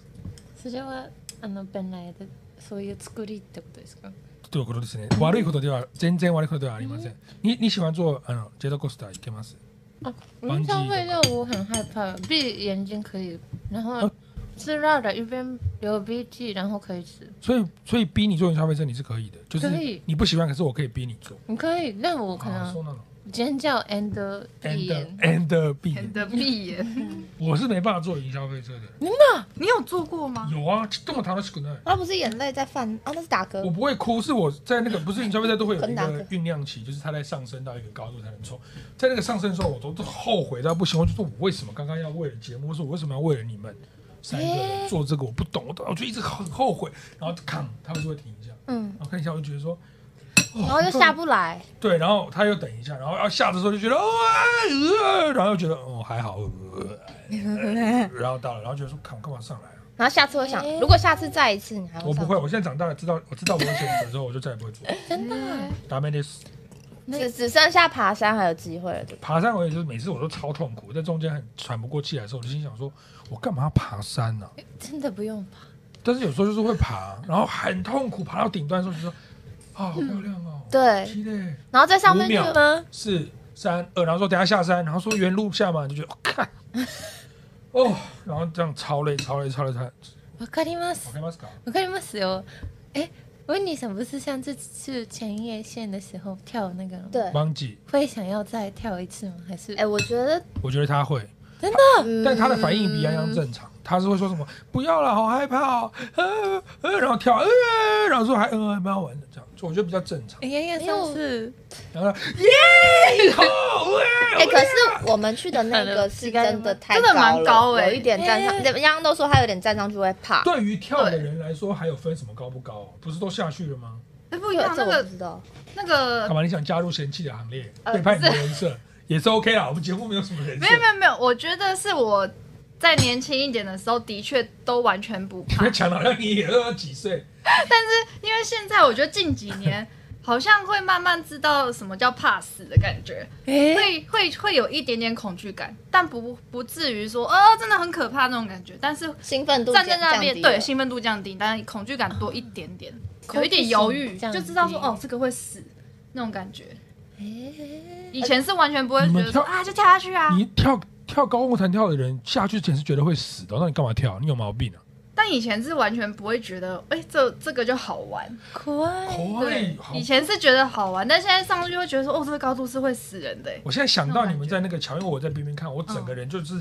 [SPEAKER 4] それはあの本来でそういう作りってことですか？
[SPEAKER 1] ということですね。悪いことでは全然悪いことではありません。你你喜欢坐あのジェットコースター行けます？
[SPEAKER 4] 啊，
[SPEAKER 1] 忘
[SPEAKER 4] 云
[SPEAKER 1] 记
[SPEAKER 4] 霄飞车我很害怕，闭眼睛可以，然后
[SPEAKER 1] 啊
[SPEAKER 4] 是绕的，一边流鼻涕，然后可以吃。
[SPEAKER 1] 所以所以逼你坐云霄飞车你是可以的，就是
[SPEAKER 4] 可以
[SPEAKER 1] 你不喜欢，可是我可以逼你坐。
[SPEAKER 4] 你可以，那我可
[SPEAKER 1] 啊、そう
[SPEAKER 4] 能
[SPEAKER 1] なの。
[SPEAKER 4] 尖叫 and 闭
[SPEAKER 1] And
[SPEAKER 4] 眼。
[SPEAKER 1] and 闭眼，
[SPEAKER 3] 的闭眼，
[SPEAKER 2] 嗯
[SPEAKER 1] 我是没办法坐云霄飞车的。
[SPEAKER 3] 你有做过吗？
[SPEAKER 1] 有啊，这么楽しくない。
[SPEAKER 2] 啊他不是眼泪在泛哦，那是打
[SPEAKER 1] 我
[SPEAKER 2] 嗝。
[SPEAKER 1] 不会哭，是我在那个不是云霄飞车都会有一
[SPEAKER 2] 很难的
[SPEAKER 1] 个酝酿期，就是它在上升到一个高度才能冲。在那个上升的时候，我都都后悔到不行，我就说我为什么刚刚要为了节目，我说我为什么要为了你们三个人做这个，我不懂，我我就一直很后悔。然后看他们就会停一下，
[SPEAKER 2] 嗯，
[SPEAKER 1] 然后看一下我就觉得说，哦
[SPEAKER 2] 然后又下不来，
[SPEAKER 1] 对，然后他又等一下，然后要下的时候就觉得哦、啊呃，然后又觉得哦还好、呃呃然后到了，然后觉得说看我干嘛上来啊？
[SPEAKER 2] 然后下次会想
[SPEAKER 4] 哎，
[SPEAKER 2] 如果下次再一次，你还会
[SPEAKER 1] 我
[SPEAKER 2] 上
[SPEAKER 1] 不会，我现在长大了，知道我知道我有选择之后，我就再也不会 做。嗯
[SPEAKER 4] 真的啊，
[SPEAKER 1] 达咩です。
[SPEAKER 2] 只只剩下爬山还有机会了，对不
[SPEAKER 1] 爬山我也是每次我都超痛苦，在中间很喘不过气来的时候，我就心想说，我干嘛要爬山呢、
[SPEAKER 4] 真的不用吧？
[SPEAKER 1] 但是有时候就是会爬，然后很痛苦，爬到顶端的时候就说，啊，好漂亮哦，
[SPEAKER 2] 对
[SPEAKER 1] 綺麗
[SPEAKER 2] 然后在上面就
[SPEAKER 1] 五秒
[SPEAKER 2] 吗？
[SPEAKER 1] 四三二，然后说等一下下山，然后说原路下嘛，你就觉得，哦看，哦，然后这样超累，超累，超累，超累。
[SPEAKER 4] わかります
[SPEAKER 1] 我。干嘛搞？
[SPEAKER 4] わかりますよ。哎，温妮想不是上次去前夜线的时候跳那个了吗？，
[SPEAKER 2] 对，
[SPEAKER 1] 忘记，
[SPEAKER 4] 会想要再跳一次吗？还是
[SPEAKER 2] 哎，我觉得
[SPEAKER 1] 我觉得他会，
[SPEAKER 2] 嗯
[SPEAKER 1] 但他的反应比洋洋正常，他是会说什么不要了，好害怕哦，呃呃，然后跳，呃，然后说还嗯还蛮好玩的，这样，就我觉得比较正常。
[SPEAKER 4] 哎呀呀，上次
[SPEAKER 1] 然后耶，好哎
[SPEAKER 2] 哎、可 是我们去的那
[SPEAKER 1] 啊
[SPEAKER 2] 个是真的太
[SPEAKER 3] 真的蛮
[SPEAKER 2] 高
[SPEAKER 3] 高
[SPEAKER 2] 了，
[SPEAKER 3] 欸
[SPEAKER 2] 有一点站上，
[SPEAKER 4] 哎
[SPEAKER 2] 对央央都说他有点站上去会怕，
[SPEAKER 1] 对于跳的人来说，还有分什么高不高？不是都下去了吗？
[SPEAKER 3] 哎，不一
[SPEAKER 2] 这
[SPEAKER 3] 样，那
[SPEAKER 2] 这我
[SPEAKER 3] 个
[SPEAKER 2] 不知道。
[SPEAKER 3] 那
[SPEAKER 1] 干
[SPEAKER 3] 个
[SPEAKER 1] 嘛？你想加入嫌弃的行列，
[SPEAKER 2] 呃
[SPEAKER 1] 背叛你的人设 也是 OK 啦。我们节目没有什么人设
[SPEAKER 3] 没有，没有没有，我觉得是我在年轻一点的时候，的确都完全不
[SPEAKER 1] 你
[SPEAKER 3] 怕
[SPEAKER 1] 别，讲的好像你也二十几岁。
[SPEAKER 3] 因为现在我觉得近几年好像会慢慢知道什么叫怕死的感觉，
[SPEAKER 4] 哎、
[SPEAKER 3] 会会会有一点点恐惧感，但不不至于说呃真的很可怕那种感觉，但是
[SPEAKER 2] 兴奋度
[SPEAKER 3] 站在那
[SPEAKER 2] 降
[SPEAKER 3] 边
[SPEAKER 2] 低
[SPEAKER 3] 对
[SPEAKER 2] 了
[SPEAKER 3] 兴奋度降低，但是恐惧感多一点点，
[SPEAKER 4] 恐
[SPEAKER 3] 有
[SPEAKER 4] 惧
[SPEAKER 3] 一点
[SPEAKER 4] 心
[SPEAKER 3] 犹豫，
[SPEAKER 4] 降
[SPEAKER 3] 就知道说
[SPEAKER 4] 低
[SPEAKER 3] 哦这个会死那种感觉。
[SPEAKER 4] 哎
[SPEAKER 3] 以前是完全不会
[SPEAKER 1] 你
[SPEAKER 3] 觉
[SPEAKER 1] 们
[SPEAKER 3] 得说
[SPEAKER 1] 跳
[SPEAKER 3] 啊就跳下去啊，
[SPEAKER 1] 你跳跳高空弹跳的人下去前是觉得会死的，那你干嘛跳？你有毛病啊！
[SPEAKER 3] 但以前是完全不会觉得哎、这这个就好玩，
[SPEAKER 4] 快！
[SPEAKER 1] 嗯对
[SPEAKER 3] 对，以前是觉得好玩，但现在上去会觉得说哦这个高度是会死人的、哎
[SPEAKER 1] 我现在想到你们在那个桥，因为我在边边看，我整个人就是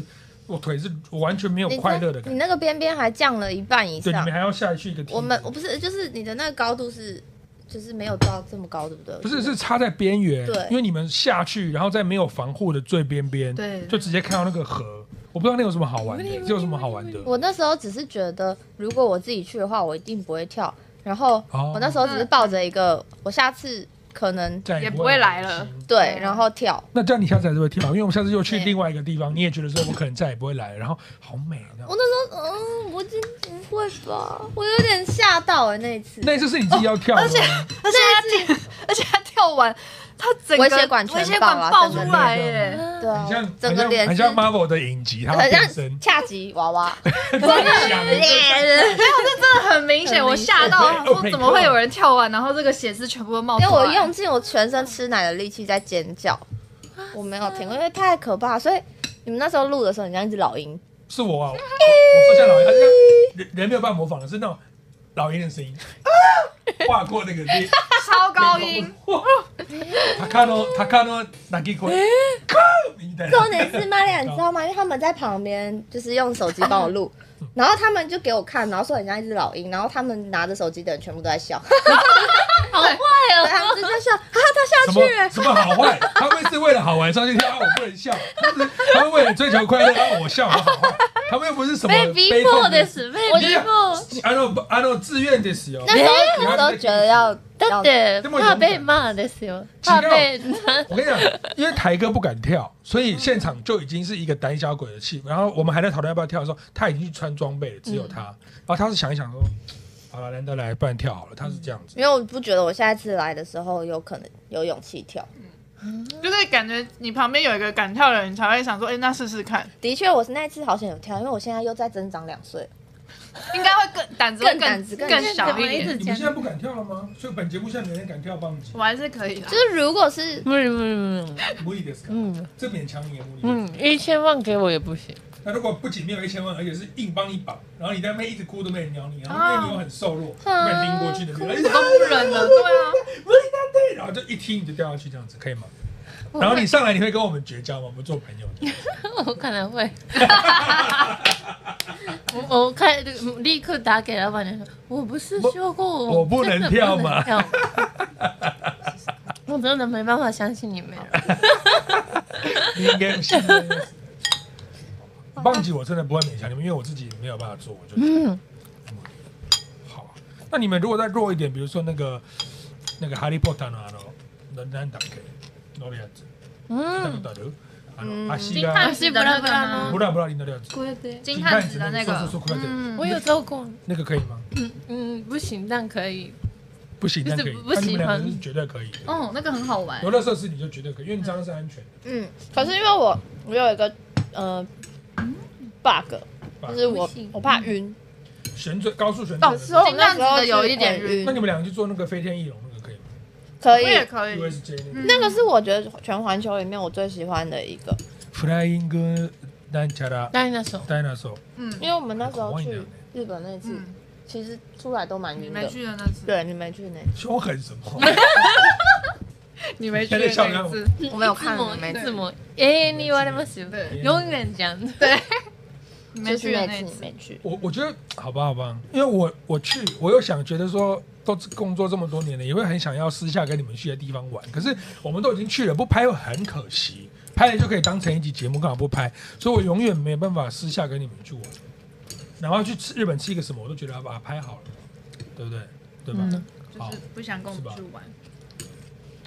[SPEAKER 1] 我腿是我完全没有
[SPEAKER 2] 你
[SPEAKER 1] 快乐
[SPEAKER 2] 在
[SPEAKER 1] 的感
[SPEAKER 2] 你
[SPEAKER 1] 觉。
[SPEAKER 2] 那个边边还降了一半以
[SPEAKER 1] 对，你
[SPEAKER 2] 上
[SPEAKER 1] 们，还要下去一个梯子。
[SPEAKER 2] 我们我不是就是你的那个高度是就是没有到这么高，对不对？
[SPEAKER 1] 不是是插在边缘，
[SPEAKER 2] 对
[SPEAKER 1] 因为你们下去，然后在没有防护的最边边，
[SPEAKER 3] 对
[SPEAKER 1] 就直接看到那个河。我不知道那有什么好玩的，这有什么好玩的？
[SPEAKER 2] 我那时候只是觉得，如果我自己去的话，我一定不会跳。然后
[SPEAKER 1] 哦
[SPEAKER 2] 我那时候只是抱着一个，我下次可能
[SPEAKER 1] 这样
[SPEAKER 3] 也
[SPEAKER 1] 不
[SPEAKER 3] 不会来了
[SPEAKER 1] 心
[SPEAKER 2] 对
[SPEAKER 3] 嗯，
[SPEAKER 2] 然后跳。
[SPEAKER 1] 那这样你下次还是会跳，因为我们下次又去
[SPEAKER 2] 对
[SPEAKER 1] 另外一个地方，你也觉得说我可能再也不会来了，然后好美啊
[SPEAKER 2] 我！那时候，嗯，我真不会吧，我有点吓到哎、那一次。
[SPEAKER 1] 那一次是你自己要跳的吗，
[SPEAKER 3] 而且他跳，而且他跳完，他整个
[SPEAKER 2] 微血管全
[SPEAKER 3] 微血
[SPEAKER 2] 爆
[SPEAKER 3] 管
[SPEAKER 2] 啊
[SPEAKER 3] 爆
[SPEAKER 2] 整个
[SPEAKER 3] 出
[SPEAKER 1] 人
[SPEAKER 3] 来
[SPEAKER 5] 嗯
[SPEAKER 1] 这样
[SPEAKER 3] 耶！
[SPEAKER 2] 对啊
[SPEAKER 1] 很像，
[SPEAKER 2] 整
[SPEAKER 1] 很
[SPEAKER 2] 个
[SPEAKER 1] 像
[SPEAKER 2] 脸
[SPEAKER 1] 很
[SPEAKER 2] 是
[SPEAKER 1] 像 Marvel 的影集，他
[SPEAKER 2] 很
[SPEAKER 1] 变
[SPEAKER 2] 像
[SPEAKER 1] 身，
[SPEAKER 2] 恰吉娃娃，
[SPEAKER 1] 很像
[SPEAKER 3] 真的很明显，
[SPEAKER 2] 很
[SPEAKER 3] 我
[SPEAKER 2] 明
[SPEAKER 3] 吓
[SPEAKER 2] 显
[SPEAKER 3] 到，
[SPEAKER 1] 对
[SPEAKER 5] ，Oh
[SPEAKER 3] 我说怎么会有人跳完，然后这个血丝全部都冒出
[SPEAKER 2] 因为
[SPEAKER 3] 来？
[SPEAKER 2] 我用尽我全身吃奶的力气在尖叫，我没有停过，因为太可怕。所以你们那时候录的时候，你像一只老 鹰，
[SPEAKER 1] 是我啊，我我说像老鹰，他是这样人人没有办法模仿的，是那种老鹰的声音，划过那个地，
[SPEAKER 3] 超高 音，
[SPEAKER 1] 他看到他看到那个鬼，你等
[SPEAKER 2] 重点是玛利亚，你知道吗？ 因为他们在旁边就是用手机帮我录，然后他们就给我看，然后说很像一只老鹰，然后他们拿着手机的人全部都在笑，
[SPEAKER 4] 好坏
[SPEAKER 2] 对，
[SPEAKER 4] 哦！
[SPEAKER 2] 他们就在笑啊，他
[SPEAKER 1] 什
[SPEAKER 2] 下
[SPEAKER 1] 么
[SPEAKER 2] 去了，
[SPEAKER 1] 什么好坏？他们是为了好玩上去跳，啊我不能笑；他们是他们为了追求快乐，让我笑，我好坏。他们又不是什么
[SPEAKER 4] 被逼
[SPEAKER 1] 悲
[SPEAKER 4] 迫
[SPEAKER 1] 痛
[SPEAKER 4] 的。是被
[SPEAKER 1] 我
[SPEAKER 4] 逼迫，
[SPEAKER 1] あのあの自愿ですよ。
[SPEAKER 2] 那时候那时候觉得要
[SPEAKER 4] だ
[SPEAKER 2] 要
[SPEAKER 4] って
[SPEAKER 1] でも
[SPEAKER 4] 怕被骂的是よ，怕被
[SPEAKER 1] 我跟你讲，因为台哥不敢跳，所以现场就已经是一个胆小鬼的气
[SPEAKER 2] 嗯
[SPEAKER 1] 氛。然后我们还在讨论要不要跳的时候，他已经去穿装备了，只有他。
[SPEAKER 2] 嗯
[SPEAKER 1] 然后他是想一想说，好了，难得来，不然跳好了。他是这样子，
[SPEAKER 2] 因为我不觉得我下一次来的时候有可能有勇气跳。
[SPEAKER 5] 就是感觉你旁边有一个敢跳的人，你才会想说，哎、那试试看。
[SPEAKER 2] 的确，我是那一次好险有跳，因为我现在又再增长两岁。
[SPEAKER 3] 应该会更胆子会
[SPEAKER 2] 更胆子更
[SPEAKER 3] 更
[SPEAKER 2] 小
[SPEAKER 3] 小一
[SPEAKER 4] 一直
[SPEAKER 3] 点。
[SPEAKER 1] 你们现在不敢跳了吗？所以本节目现在没人敢跳棒极
[SPEAKER 3] 我，还是可以啊的
[SPEAKER 2] 就，是如果是
[SPEAKER 4] 不是不是不是，
[SPEAKER 1] 無理ですか？
[SPEAKER 4] 嗯
[SPEAKER 1] 啊这勉强你的無理です。
[SPEAKER 4] 嗯，一千万给我也不行。
[SPEAKER 1] 那如果不仅没有一千万，而且是硬帮你绑，然后你在那边一直哭都没人鸟你，然后因为你又很瘦弱，
[SPEAKER 2] 啊
[SPEAKER 1] 被拎过去的，
[SPEAKER 3] 我都不忍了，对啊，
[SPEAKER 1] 然后就一踢你就掉下去这样子，可以吗？然后你上来你会跟我们绝交吗？我们做朋友这样。
[SPEAKER 4] 我可能会，我我看立刻打给老板娘说，我不是说过
[SPEAKER 1] 我不
[SPEAKER 4] 真的
[SPEAKER 1] 能跳吗
[SPEAKER 4] 不能跳我真的没办法相信你们。
[SPEAKER 1] 你应该信任我。 棒极我真的不会勉强你们，因为我自己没有办法做，我就
[SPEAKER 4] 嗯，
[SPEAKER 1] 好啊。那你们如果再弱一点，比如说那个那个哈利波特のあのななんだっけ乗るやつ、見たことある？あ
[SPEAKER 2] 嗯
[SPEAKER 1] の足
[SPEAKER 3] 金
[SPEAKER 1] が
[SPEAKER 3] 叹
[SPEAKER 4] 嗯
[SPEAKER 3] 子的那个吗
[SPEAKER 1] ブ？ラブラに乗るやつ。
[SPEAKER 3] 金叹子的那
[SPEAKER 1] そう
[SPEAKER 3] 个
[SPEAKER 1] そうそうこうやって
[SPEAKER 3] 嗯
[SPEAKER 4] 我有做过，
[SPEAKER 1] 那个可以吗？
[SPEAKER 4] 嗯，不行，但可以。
[SPEAKER 1] 不行，
[SPEAKER 4] 就是
[SPEAKER 1] 但可以。
[SPEAKER 4] 不嗯
[SPEAKER 1] 但你们
[SPEAKER 4] 喜欢
[SPEAKER 1] 两个是绝对可以的。
[SPEAKER 3] 哦，那个很好玩
[SPEAKER 1] 游。乐设施你就绝对可以，因为你这样是安全的
[SPEAKER 2] 嗯，可是因为我我有一个呃 bug，
[SPEAKER 1] 吧。
[SPEAKER 2] 就是我
[SPEAKER 4] 不行
[SPEAKER 2] 我怕晕。
[SPEAKER 1] 旋转高速旋转
[SPEAKER 2] 哦，
[SPEAKER 1] 的。
[SPEAKER 2] 所以我
[SPEAKER 3] 金
[SPEAKER 2] 那
[SPEAKER 3] 蛋
[SPEAKER 2] 时
[SPEAKER 3] 子
[SPEAKER 2] 候
[SPEAKER 3] 的有一点
[SPEAKER 2] 是很
[SPEAKER 1] 那
[SPEAKER 2] 晕，
[SPEAKER 1] 你们两个去做那个飞天翼龙那个可以吗
[SPEAKER 2] 可
[SPEAKER 5] 我也
[SPEAKER 2] 以。
[SPEAKER 5] 可以，
[SPEAKER 1] ？USJ 那个。
[SPEAKER 2] 那个是我觉得全环球里面我最喜欢的一个，
[SPEAKER 1] Flying なんちゃら
[SPEAKER 4] 那那时候
[SPEAKER 1] dinosaur。
[SPEAKER 3] 嗯，
[SPEAKER 2] 因为我们那时候
[SPEAKER 1] 很恐怖
[SPEAKER 2] 去
[SPEAKER 1] 呢
[SPEAKER 2] 日本那次，
[SPEAKER 3] 嗯
[SPEAKER 2] 其实出来都蛮
[SPEAKER 3] 你
[SPEAKER 2] 晕
[SPEAKER 3] 没
[SPEAKER 2] 的。
[SPEAKER 3] 去的那次，
[SPEAKER 2] 对，你没去那次，
[SPEAKER 1] 凶狠什 么？
[SPEAKER 3] 你没去
[SPEAKER 1] 现在笑
[SPEAKER 3] 的
[SPEAKER 1] 得
[SPEAKER 3] 那
[SPEAKER 1] 我
[SPEAKER 3] 次，
[SPEAKER 2] 我没有看，我
[SPEAKER 4] 我
[SPEAKER 2] 没
[SPEAKER 4] 一
[SPEAKER 2] 去
[SPEAKER 4] 次，も永遠に言われますよ。
[SPEAKER 3] 对，
[SPEAKER 4] 永远讲。
[SPEAKER 3] 你
[SPEAKER 2] 就
[SPEAKER 3] 没
[SPEAKER 2] 是
[SPEAKER 3] 去的
[SPEAKER 2] 那
[SPEAKER 3] 那
[SPEAKER 2] 次你
[SPEAKER 3] 次，
[SPEAKER 2] 没去。
[SPEAKER 1] 我我觉得好吧，好吧，因为我我去，我又想觉得说，都工作这么多年了，也会很想要私下跟你们去的地方玩。可是我们都已经去了，不拍又很可惜，拍了就可以当成一集节目，干嘛不拍？所以我永远没有办法私下跟你们去玩。然后去吃日本吃一个什么，我都觉得要啊把它拍好了，对不对？对吧？
[SPEAKER 4] 嗯
[SPEAKER 1] 好
[SPEAKER 3] 就是不想跟我们去玩。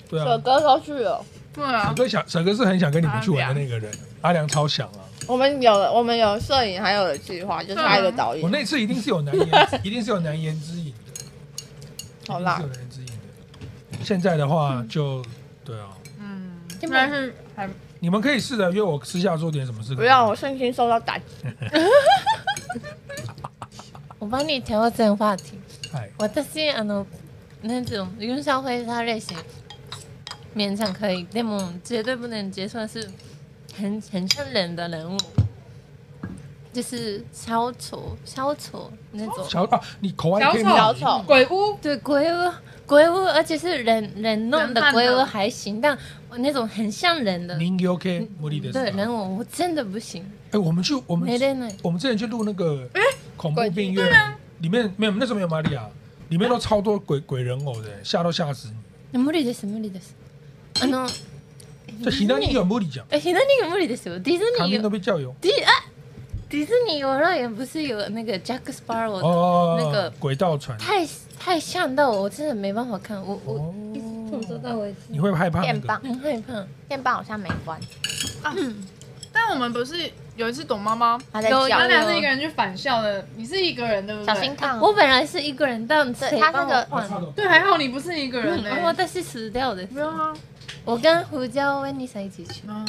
[SPEAKER 1] 对
[SPEAKER 2] 小
[SPEAKER 1] 啊。
[SPEAKER 2] 哥哥去了，
[SPEAKER 3] 对
[SPEAKER 1] 沈
[SPEAKER 3] 啊，
[SPEAKER 1] 哥想，沈哥是很想跟你们去玩的那个人，阿良超想啊！
[SPEAKER 2] 我们有我们有摄影，还有计划，就是他一个导演。
[SPEAKER 1] 我那次 一定是有难言，一定是有难言之隐的，
[SPEAKER 2] 好啦
[SPEAKER 1] 一定是有难言之隐的。现在的话就对啊，
[SPEAKER 5] 嗯，
[SPEAKER 4] 基
[SPEAKER 5] 但
[SPEAKER 4] 本
[SPEAKER 5] 是还
[SPEAKER 1] 你们可以试着约我私下做点什么事。
[SPEAKER 2] 不要，我身心受到打击。
[SPEAKER 4] 我帮你调整话題。
[SPEAKER 1] 哎，
[SPEAKER 4] 私あのなんていうのユンシャオフェイサーレーシング勉強可以，でも绝对不能结算是很很圣人的人物，就是消除消除那种
[SPEAKER 1] 小啊，你口外可以
[SPEAKER 2] 小
[SPEAKER 1] 骂
[SPEAKER 2] 丑
[SPEAKER 1] 你
[SPEAKER 2] 小丑
[SPEAKER 5] 鬼屋
[SPEAKER 4] 对鬼屋鬼屋，而且是人人弄
[SPEAKER 5] 人
[SPEAKER 4] 的
[SPEAKER 5] 扮的
[SPEAKER 4] 鬼屋还行，但我那种很像人的。
[SPEAKER 1] 您 OK 无理的
[SPEAKER 4] 嗯对人我我真的不行，
[SPEAKER 1] 哎，我们去我们
[SPEAKER 4] 没得呢。
[SPEAKER 1] 我们之前去录那个恐怖病院，
[SPEAKER 2] 啊
[SPEAKER 1] 里面没有那时候没有玛利亚，里面都超多鬼鬼人偶的，吓都吓死你。
[SPEAKER 4] 無理です無理です。あの
[SPEAKER 1] 这西南你有无理讲，
[SPEAKER 4] え左が無理ですよ。ディズ
[SPEAKER 1] 卡
[SPEAKER 4] ニー
[SPEAKER 1] 面都被教友
[SPEAKER 4] 迪啊，迪士尼游乐园不是有那个 Jack Sparrow 的
[SPEAKER 1] 哦，
[SPEAKER 4] 那个
[SPEAKER 1] 轨道船，
[SPEAKER 4] 太太像到我，我真的没办法看，我我
[SPEAKER 1] 哦，
[SPEAKER 4] 从头到尾
[SPEAKER 1] 你会害怕那
[SPEAKER 2] 电
[SPEAKER 1] 个？
[SPEAKER 2] 棒，
[SPEAKER 4] 很害怕。
[SPEAKER 2] 电棒好像没关，
[SPEAKER 5] 但我们不是有一次躲猫猫，
[SPEAKER 2] 它在
[SPEAKER 4] 有
[SPEAKER 2] 叫
[SPEAKER 4] 有
[SPEAKER 5] 他。俩是一个人去返校的，你是一个人对不对？
[SPEAKER 2] 小心烫哦！
[SPEAKER 4] 我本来是一个人，但谁
[SPEAKER 2] 对嗯他那
[SPEAKER 4] 帮
[SPEAKER 2] 个
[SPEAKER 4] 我换？
[SPEAKER 5] 对，还好你不是一个人呢、
[SPEAKER 4] 然后但是死掉的，
[SPEAKER 5] 没有啊，
[SPEAKER 4] 我跟胡椒温妮莎一起去。
[SPEAKER 5] 嗯，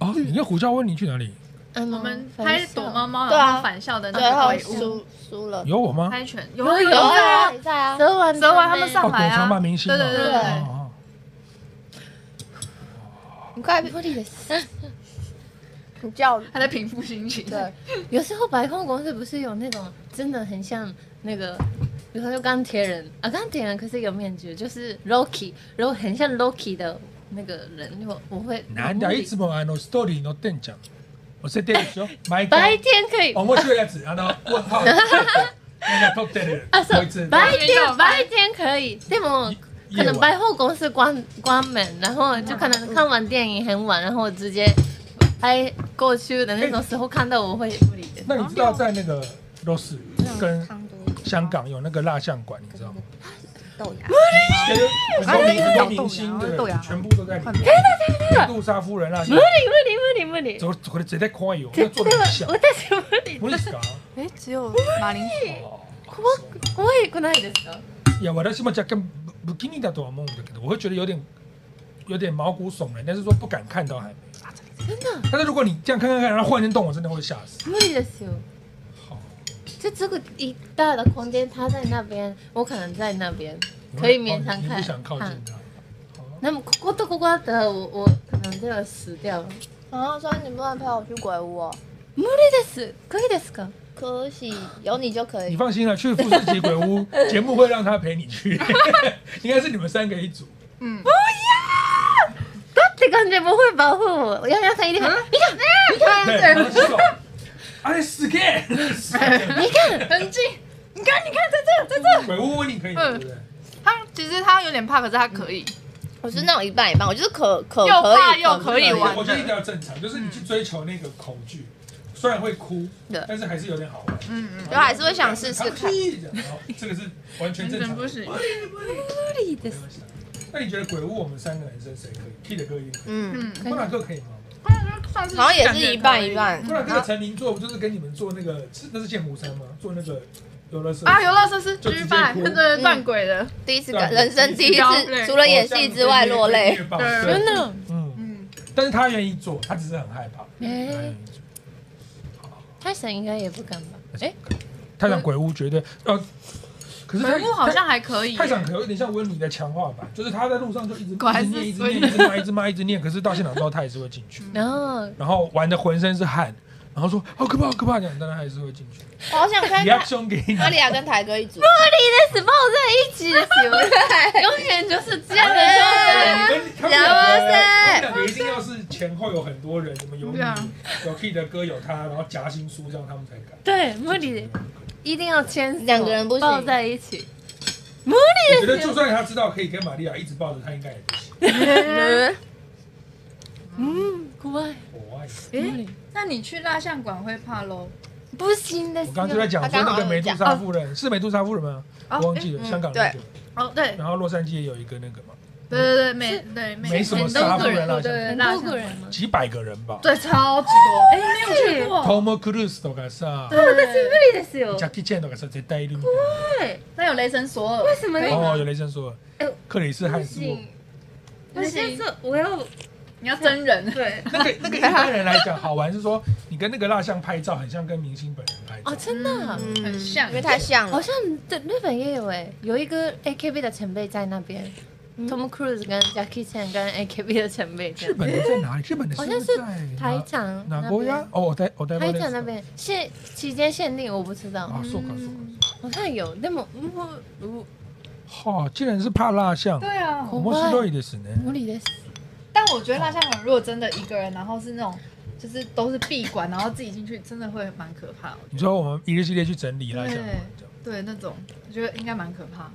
[SPEAKER 1] 哦，你跟胡椒问你去哪里？
[SPEAKER 4] 嗯，
[SPEAKER 5] 我们
[SPEAKER 4] 反
[SPEAKER 5] 拍
[SPEAKER 4] 校
[SPEAKER 5] 躲猫猫，
[SPEAKER 2] 对啊
[SPEAKER 5] 然后返校的那
[SPEAKER 2] 最
[SPEAKER 5] 个
[SPEAKER 2] 后
[SPEAKER 5] 鬼屋，
[SPEAKER 2] 输输了，
[SPEAKER 1] 有我吗？
[SPEAKER 5] 拍拳有
[SPEAKER 4] 有
[SPEAKER 5] 有啊，
[SPEAKER 2] 你在啊，
[SPEAKER 4] 蛇丸
[SPEAKER 5] 蛇丸他们
[SPEAKER 1] 哦，
[SPEAKER 5] 上
[SPEAKER 1] 躲
[SPEAKER 5] 来啊
[SPEAKER 1] 藏吧明星哦，
[SPEAKER 5] 对对对
[SPEAKER 2] 对
[SPEAKER 1] 哦
[SPEAKER 2] 你快
[SPEAKER 4] 不理解。
[SPEAKER 2] 你叫
[SPEAKER 5] 他在平复心情。
[SPEAKER 2] 对，
[SPEAKER 4] 有时候百货公司不是有那种真的很像那个，比如说钢铁人啊，钢铁人可是有面具，就是 Loki，然后很像 Loki 的那个人，我我会
[SPEAKER 1] 哦なんだいつもあのストーリーのってんじゃん。我是店長、毎
[SPEAKER 4] 白
[SPEAKER 1] 回
[SPEAKER 4] 天可以
[SPEAKER 1] 面白いやつ、あ の問号、みんな撮ってる
[SPEAKER 4] 啊，，
[SPEAKER 1] こい
[SPEAKER 4] 是
[SPEAKER 1] つ。
[SPEAKER 4] 白天
[SPEAKER 5] 天
[SPEAKER 4] 白天可以，でも可能百货公司关关门，然后就可能看完电影很晚，然后我直接哎过去的那种时候看到我会不理解。
[SPEAKER 1] 那你知道在那个罗斯跟香港有那个蜡像馆，你知道吗？
[SPEAKER 2] 豆芽，
[SPEAKER 1] 很多明很多明星对不对，全部都在里面。杜莎夫人蜡像
[SPEAKER 4] 無理無理無理無理。
[SPEAKER 1] 馆，走，これ絶対怖いよ。要做的很像。
[SPEAKER 4] 私無理。
[SPEAKER 1] 無理ですか？
[SPEAKER 5] 哎，只有马铃薯。
[SPEAKER 4] 怖く怖くないですか？
[SPEAKER 1] いや、私も若干不不気味だとは思うんだけど，我会觉得有点有点毛骨悚然，但是说不敢看到还没。
[SPEAKER 4] 真的
[SPEAKER 1] 但是如果你这样看看看，然后忽然间动，我真的会吓死。
[SPEAKER 4] 無理ですよ。
[SPEAKER 1] 好，
[SPEAKER 4] 就这个一大的空间，他在那边，我可能在那边，
[SPEAKER 1] 你会
[SPEAKER 4] 可以勉强
[SPEAKER 1] 哦你你
[SPEAKER 4] 看。
[SPEAKER 1] 不想靠近
[SPEAKER 4] 看
[SPEAKER 1] 他。
[SPEAKER 4] 那么こことここだったら我我可能就要死掉了。
[SPEAKER 2] 然后说你不能陪我去鬼屋哦，
[SPEAKER 4] 無理です。可以ですか？
[SPEAKER 2] 可惜有你就可
[SPEAKER 1] 你
[SPEAKER 2] 以。
[SPEAKER 1] 放心啊了，去富士急鬼屋节目会让他陪你去， 应该是你们三个一组。
[SPEAKER 5] 嗯，
[SPEAKER 4] だって感じ不会保护我。洋洋さん一定会。你看，你看，
[SPEAKER 1] 对，然后手，哎，死 gay，
[SPEAKER 4] 你看，
[SPEAKER 5] 冷静，你看，你看，在这，在这。
[SPEAKER 1] 鬼屋你可以，对
[SPEAKER 5] 嗯
[SPEAKER 1] 不对？
[SPEAKER 5] 他其实他有点怕，可是他可以。
[SPEAKER 2] 我是那种一半一半，我就是可可
[SPEAKER 5] 又怕
[SPEAKER 2] 可以，
[SPEAKER 5] 又可以
[SPEAKER 1] 我
[SPEAKER 5] 玩
[SPEAKER 1] 我觉得比较正常，就是你去追求那个恐惧，虽然会哭，
[SPEAKER 2] 对
[SPEAKER 1] 但是还是有点好玩。
[SPEAKER 5] 嗯嗯，
[SPEAKER 2] 就还是会想试试看。
[SPEAKER 1] 看。然后这个是完全
[SPEAKER 5] 完
[SPEAKER 1] 正常
[SPEAKER 5] 全
[SPEAKER 1] 的。
[SPEAKER 5] 不行。
[SPEAKER 4] 無理です。
[SPEAKER 1] 那你觉得鬼屋我们三个男生谁可以？T 的哥一定可以，
[SPEAKER 2] 嗯，
[SPEAKER 5] 嗯，
[SPEAKER 1] 布朗克可以吗？
[SPEAKER 5] 上次
[SPEAKER 2] 好像也是一半一半
[SPEAKER 1] 布。朗克的成名作不就是跟你们做那个是那是剑湖山吗？做那个游乐设施
[SPEAKER 5] 啊，游乐设施
[SPEAKER 1] 就直接
[SPEAKER 5] G 版，
[SPEAKER 1] 哭
[SPEAKER 5] 对对，扮鬼的。
[SPEAKER 2] 第一次感，人生第一次，除了演戏之外落
[SPEAKER 1] 哦
[SPEAKER 2] 泪。。
[SPEAKER 5] 对
[SPEAKER 4] 真的。
[SPEAKER 1] 嗯，
[SPEAKER 5] 嗯，
[SPEAKER 1] 但是他愿意做，他只是很害怕。
[SPEAKER 4] 哎
[SPEAKER 1] 他愿意做
[SPEAKER 4] 泰神应该也不敢吧？哎，
[SPEAKER 1] 泰坦鬼屋绝对呃，可是
[SPEAKER 5] 鬼屋好
[SPEAKER 1] 泰
[SPEAKER 5] 像还可 以。
[SPEAKER 1] 泰坦可能有点像温妮的强化版，就是他在路上就一直
[SPEAKER 5] 果然
[SPEAKER 1] 一直念，
[SPEAKER 5] 是
[SPEAKER 1] 一直念，一直骂，一直骂，一直念。可是到现场之后，他也是会进去，
[SPEAKER 4] 然后
[SPEAKER 1] 然后玩的浑身是汗，然后说好可怕，好可怕这样，但他还是会进去。
[SPEAKER 2] 我 好想跟
[SPEAKER 1] 你要凶给你，
[SPEAKER 2] 玛利亚跟台哥一组，
[SPEAKER 4] 这是抱在一起的行 为，永远就是这样的。
[SPEAKER 1] 他们他们两个他们两个一定要是前后有很多人，什么有你
[SPEAKER 5] 对啊
[SPEAKER 1] 有 K 的歌有他，然后夹心酥这样他们才敢。
[SPEAKER 4] 对，无理，一定要牵手
[SPEAKER 2] 两个人不行
[SPEAKER 4] 抱在一起。
[SPEAKER 1] 我觉得就算他知道可以跟玛利亚一直抱着，他应该也不行。
[SPEAKER 2] 嗯
[SPEAKER 4] 嗯，怖い。
[SPEAKER 1] 我爱你
[SPEAKER 4] 無理
[SPEAKER 5] 哎，那你去蜡像馆会怕喽？
[SPEAKER 4] 不行的。
[SPEAKER 1] 我刚刚就在讲说那个美杜莎夫人是美杜莎夫人吗？
[SPEAKER 5] 哦
[SPEAKER 1] 我忘记了，
[SPEAKER 2] 嗯
[SPEAKER 1] 香港那个，
[SPEAKER 5] 哦，对，
[SPEAKER 1] 然后洛杉矶也有一个那个嘛，
[SPEAKER 3] 对对对，每对每
[SPEAKER 1] 没什么杀夫人蜡像
[SPEAKER 3] 对对
[SPEAKER 4] 很
[SPEAKER 3] 蜡
[SPEAKER 4] 多
[SPEAKER 3] 像
[SPEAKER 4] 个人吗？
[SPEAKER 1] 几百个人吧。
[SPEAKER 3] 对超级多，哎，没有去过，
[SPEAKER 1] Tom Cruise とかさ、
[SPEAKER 3] 对对
[SPEAKER 6] い
[SPEAKER 3] 对，
[SPEAKER 6] ですよ
[SPEAKER 1] Jackie Chan とかさ、絶対いるみたい
[SPEAKER 3] 那有雷神索尔，
[SPEAKER 6] 为什么
[SPEAKER 3] 可以
[SPEAKER 1] な。
[SPEAKER 3] 吗
[SPEAKER 1] 哦，有雷神说
[SPEAKER 4] 呃
[SPEAKER 6] 哎，
[SPEAKER 1] 克里斯
[SPEAKER 6] 不
[SPEAKER 1] 汉斯沃
[SPEAKER 6] 行，我先说我要
[SPEAKER 3] 你要真人，
[SPEAKER 6] 对，
[SPEAKER 1] 那个那个一般人来讲好玩是说，你跟那个蜡像拍照很像跟明星本人拍照
[SPEAKER 4] 哦，。真的啊、
[SPEAKER 2] 嗯
[SPEAKER 3] 很像
[SPEAKER 2] 因为太像
[SPEAKER 4] 好
[SPEAKER 2] 了。
[SPEAKER 4] 像对日本也有哎、有一个 AKB 的前辈在那边、t o m Cruise 跟 Jackie Chan 跟 AKB 的前辈这
[SPEAKER 1] 日
[SPEAKER 4] 样，
[SPEAKER 1] 本的在哪里？日本的
[SPEAKER 4] 好
[SPEAKER 1] 不
[SPEAKER 4] 像
[SPEAKER 1] 是
[SPEAKER 4] 是
[SPEAKER 1] 在
[SPEAKER 4] 台场
[SPEAKER 1] 哪
[SPEAKER 4] 那
[SPEAKER 1] 国呀
[SPEAKER 4] 边？。
[SPEAKER 1] 哦，我在我在
[SPEAKER 4] 台场那。边嗯限期间限定，我不知道，
[SPEAKER 1] 啊，そうかそうか。
[SPEAKER 4] 好像有。でももう
[SPEAKER 1] 哈，竟然是怕蜡像。
[SPEAKER 3] 对啊，
[SPEAKER 1] 面白いですね。
[SPEAKER 4] 無理です。
[SPEAKER 3] 但我觉得蜡像馆如果真的一个人，然后是那种就是都是闭馆，然后自己进去，真的会蛮可怕的。
[SPEAKER 1] 你说我们一日系列去整理蜡像馆，这样
[SPEAKER 3] 对，那种我觉得应该蛮可怕，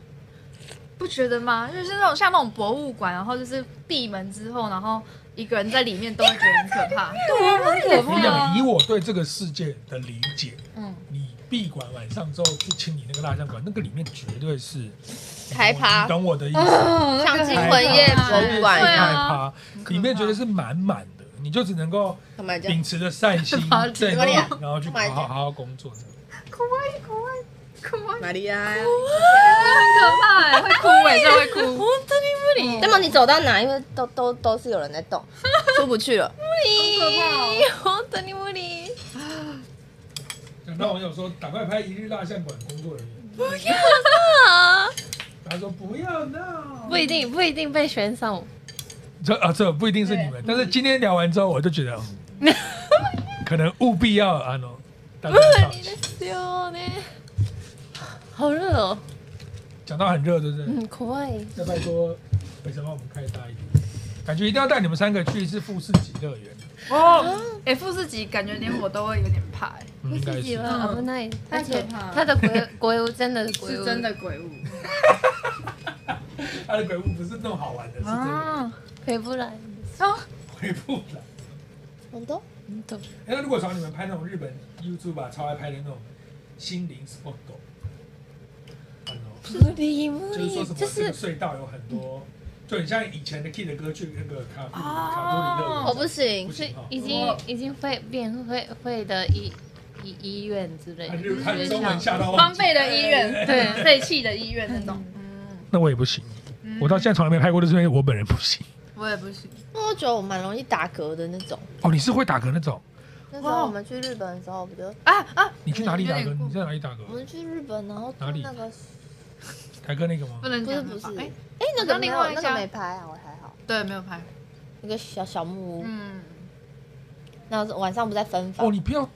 [SPEAKER 3] 不觉得吗？就是那种像那种博物馆，然后就是闭门之后，然后一个人在里面都会觉得很可怕。对啊，很可
[SPEAKER 1] 我跟你讲，
[SPEAKER 3] 怕。
[SPEAKER 1] 以我对这个世界的理解，
[SPEAKER 3] 嗯，
[SPEAKER 1] 你闭馆晚上之后去清理那个蜡像馆，那个里面绝对是
[SPEAKER 2] 开趴
[SPEAKER 1] 你懂我的意思？
[SPEAKER 2] 像惊魂夜博物馆啊一
[SPEAKER 1] 开
[SPEAKER 2] 样，
[SPEAKER 1] 趴，里面绝对是满满的，你就只能够
[SPEAKER 2] 干嘛这样？
[SPEAKER 1] 秉持着善 心
[SPEAKER 3] 好
[SPEAKER 1] 正
[SPEAKER 2] 可
[SPEAKER 1] 义
[SPEAKER 2] 怜，
[SPEAKER 1] 然后去好好好好工作。
[SPEAKER 2] 玛利亚，
[SPEAKER 3] 很可怕哎，会哭哎，真的会哭。
[SPEAKER 2] 那么你走到哪，因为都都都是有人在动，出不去了。
[SPEAKER 3] 哦
[SPEAKER 4] 哦本当に無理。
[SPEAKER 1] 讲到网友说，赶快拍一日蜡像馆工作人员，
[SPEAKER 4] 啊，
[SPEAKER 1] 他说不要闹。
[SPEAKER 4] 不一定不一定被选上。
[SPEAKER 1] 这啊，这不一定是你们，但是今天聊完之后，我就觉得，嗯 可能务必要啊喏，大家要
[SPEAKER 4] ですよね。好热哦。
[SPEAKER 1] 讲到很热，对不对？
[SPEAKER 4] 嗯，怖い。
[SPEAKER 1] 那拜托北辰帮我们开大一点，感觉一定要带你们三个去一次富士急乐园，
[SPEAKER 3] 哦，哎，富士急感觉连我都会有点怕哎，
[SPEAKER 1] 嗯应该
[SPEAKER 4] 自己
[SPEAKER 1] 是。
[SPEAKER 4] は危ない。
[SPEAKER 3] 太
[SPEAKER 4] 而
[SPEAKER 3] 可
[SPEAKER 4] 且
[SPEAKER 3] 怕了
[SPEAKER 4] 他的 鬼鬼屋真的鬼
[SPEAKER 3] 是
[SPEAKER 4] 屋
[SPEAKER 3] 真的鬼屋
[SPEAKER 1] 他的鬼屋不是那么好玩的，是真的
[SPEAKER 3] 啊。
[SPEAKER 4] 回不来。
[SPEAKER 1] 回不来。
[SPEAKER 2] 很多
[SPEAKER 4] 嗯，懂。
[SPEAKER 1] 哎那如果找你们拍那种日本 YouTube 吧，超爱拍的那种心灵 spot，啊喏
[SPEAKER 4] 無理無
[SPEAKER 1] 就是说什么，
[SPEAKER 4] 理就
[SPEAKER 1] 这个
[SPEAKER 4] 是
[SPEAKER 1] 隧道有很多，就很像以前的 Kid 的歌去那个
[SPEAKER 3] 哦
[SPEAKER 1] 卡布里卡布里乐园，
[SPEAKER 2] 我不行
[SPEAKER 1] 不，
[SPEAKER 4] 是
[SPEAKER 1] 行哈。
[SPEAKER 4] 已经已经会变会会的医医医院之类
[SPEAKER 1] 啊还
[SPEAKER 4] 的
[SPEAKER 1] 是看
[SPEAKER 4] 学
[SPEAKER 1] 中文
[SPEAKER 4] 校。
[SPEAKER 1] 吓到忘
[SPEAKER 3] 荒
[SPEAKER 1] 记
[SPEAKER 3] 废的医院，
[SPEAKER 4] 对
[SPEAKER 3] 废弃的医院那种。
[SPEAKER 1] 那我也不行，
[SPEAKER 3] 嗯
[SPEAKER 1] 我到现在从来没拍过，就是因为我本人不行。
[SPEAKER 3] 我也不行，
[SPEAKER 2] 因为我觉得我蛮容易打嗝的那种。
[SPEAKER 1] 哦，你是会打嗝那种？
[SPEAKER 2] 那时
[SPEAKER 1] 哦
[SPEAKER 2] 候我们去日本的时候，不就
[SPEAKER 3] 啊啊，
[SPEAKER 1] 你去哪里打嗝？
[SPEAKER 3] 有点过
[SPEAKER 1] 你在哪里打
[SPEAKER 2] 我
[SPEAKER 1] 嗝？
[SPEAKER 2] 们去日本，然后
[SPEAKER 1] 哪
[SPEAKER 2] 做
[SPEAKER 1] 里
[SPEAKER 2] 那个
[SPEAKER 1] 台哥那个吗
[SPEAKER 3] 不？能
[SPEAKER 2] 不是
[SPEAKER 3] 讲
[SPEAKER 2] 不是
[SPEAKER 3] 了，吧
[SPEAKER 2] 哎
[SPEAKER 3] 哎，、
[SPEAKER 2] 那个
[SPEAKER 3] 那
[SPEAKER 2] 没
[SPEAKER 3] 另
[SPEAKER 2] 有
[SPEAKER 3] 外一
[SPEAKER 2] 那
[SPEAKER 3] 家
[SPEAKER 2] 个没拍啊，我还好，
[SPEAKER 3] 对，没有拍，
[SPEAKER 2] 一个小小木屋，
[SPEAKER 3] 嗯，
[SPEAKER 2] 那晚上不在分
[SPEAKER 1] 哦，
[SPEAKER 2] 房，
[SPEAKER 1] 你不要。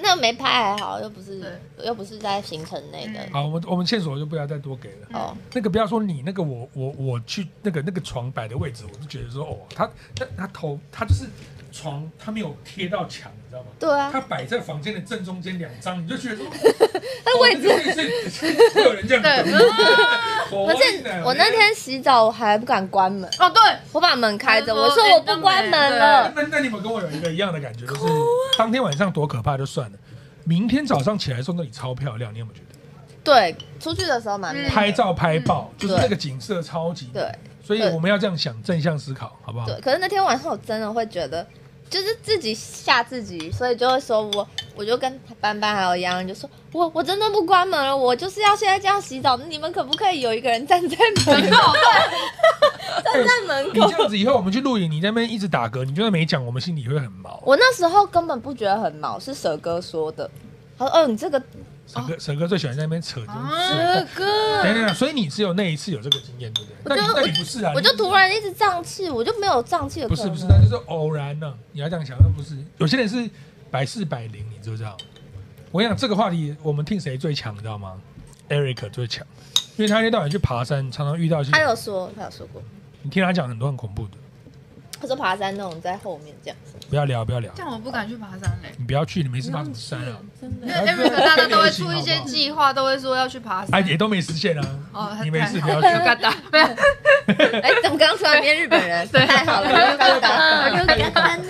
[SPEAKER 2] 那个没拍还好，又不是
[SPEAKER 3] 对
[SPEAKER 2] 又不是在行程内的
[SPEAKER 3] 嗯
[SPEAKER 1] 好，我们我们线索就不要再多给了。
[SPEAKER 2] 哦，
[SPEAKER 1] 那个不要说你那个我我我去那个那个床摆的位置，我就觉得说哦，他那他头他就是床，他没有贴到墙，你知道吗？
[SPEAKER 2] 对啊，
[SPEAKER 1] 他摆在房间的正中间两张，你就觉得说，哦
[SPEAKER 2] 那位置
[SPEAKER 1] 置是会有人这样
[SPEAKER 3] 对
[SPEAKER 1] 子。
[SPEAKER 2] 而
[SPEAKER 1] 而
[SPEAKER 2] 且 我那天洗澡我还不敢关门，
[SPEAKER 3] 哦对，
[SPEAKER 2] 我把门开着，我说
[SPEAKER 3] 哎
[SPEAKER 2] 我不关门
[SPEAKER 1] 那
[SPEAKER 2] 了。
[SPEAKER 1] 哎那那你们跟我有一个一样的感觉，就是
[SPEAKER 2] 啊
[SPEAKER 1] 当天晚上多可怕就算了，明天早上起来的时候那里超漂亮，你有没有觉得？
[SPEAKER 2] 对，出去的时候蛮美的。
[SPEAKER 1] 拍照拍爆，就是
[SPEAKER 2] 对
[SPEAKER 1] 那个景色超级。
[SPEAKER 2] 嗯对，
[SPEAKER 1] 所以
[SPEAKER 2] 对
[SPEAKER 1] 我们要这样想，正向思考，好不好？
[SPEAKER 2] 对，可是那天晚上我真的会觉得，就是自己吓自己，所以就会说我，我就跟班班还有洋洋就说，我我真的不关门了，我就是要现在这样洗澡，你们可不可以有一个人站在门口， 站在门
[SPEAKER 1] 你
[SPEAKER 2] 口？
[SPEAKER 1] 这样子以后我们去露营，你在那边一直打嗝，你就算没讲，我们心里会很毛。
[SPEAKER 2] 我那时候根本不觉得很毛，是蛇哥说的。他说：“哦，你这个
[SPEAKER 1] 沈哥，沈哥最喜欢在那边扯这种
[SPEAKER 3] 啊
[SPEAKER 1] 扯。
[SPEAKER 2] 哦哥，
[SPEAKER 1] 等一下等一下，所以你只有那一次有这个经验，对不对？
[SPEAKER 2] 我
[SPEAKER 1] 那你
[SPEAKER 2] 就
[SPEAKER 1] 那你不是啊？
[SPEAKER 2] 我就
[SPEAKER 1] 你
[SPEAKER 2] 突然一直胀气，我就没有胀气的
[SPEAKER 1] 不
[SPEAKER 2] 可
[SPEAKER 1] 是
[SPEAKER 2] 能。
[SPEAKER 1] 不是，那就是偶然呢、你要这样想，那不是有些人是百试百灵，你知不知道？我跟你讲这个话题，我们听谁最强，你知道吗？Eric 最强，因为他一天到晚去爬山，常常遇到一些
[SPEAKER 2] 他有说，他有说过，
[SPEAKER 1] 你听他讲很多很恐怖的，
[SPEAKER 2] 他说爬山那种在后面这样子。
[SPEAKER 1] 不要聊，不要聊
[SPEAKER 3] 这，样我不敢去爬山嘞。
[SPEAKER 1] 你不要去，你没事爬什么山啊？
[SPEAKER 4] 真
[SPEAKER 3] 因
[SPEAKER 4] 的
[SPEAKER 3] 为 Eric 大家都会出一些计划，都会说要去爬
[SPEAKER 1] 哎，
[SPEAKER 3] 山。
[SPEAKER 1] 也 都没实现啊。
[SPEAKER 3] 哦，
[SPEAKER 1] 你没事不要去
[SPEAKER 3] 去。嘎 达，没有
[SPEAKER 2] 哎，怎么刚刚突然变日本 人？太好了，又刚打，又刚打呢。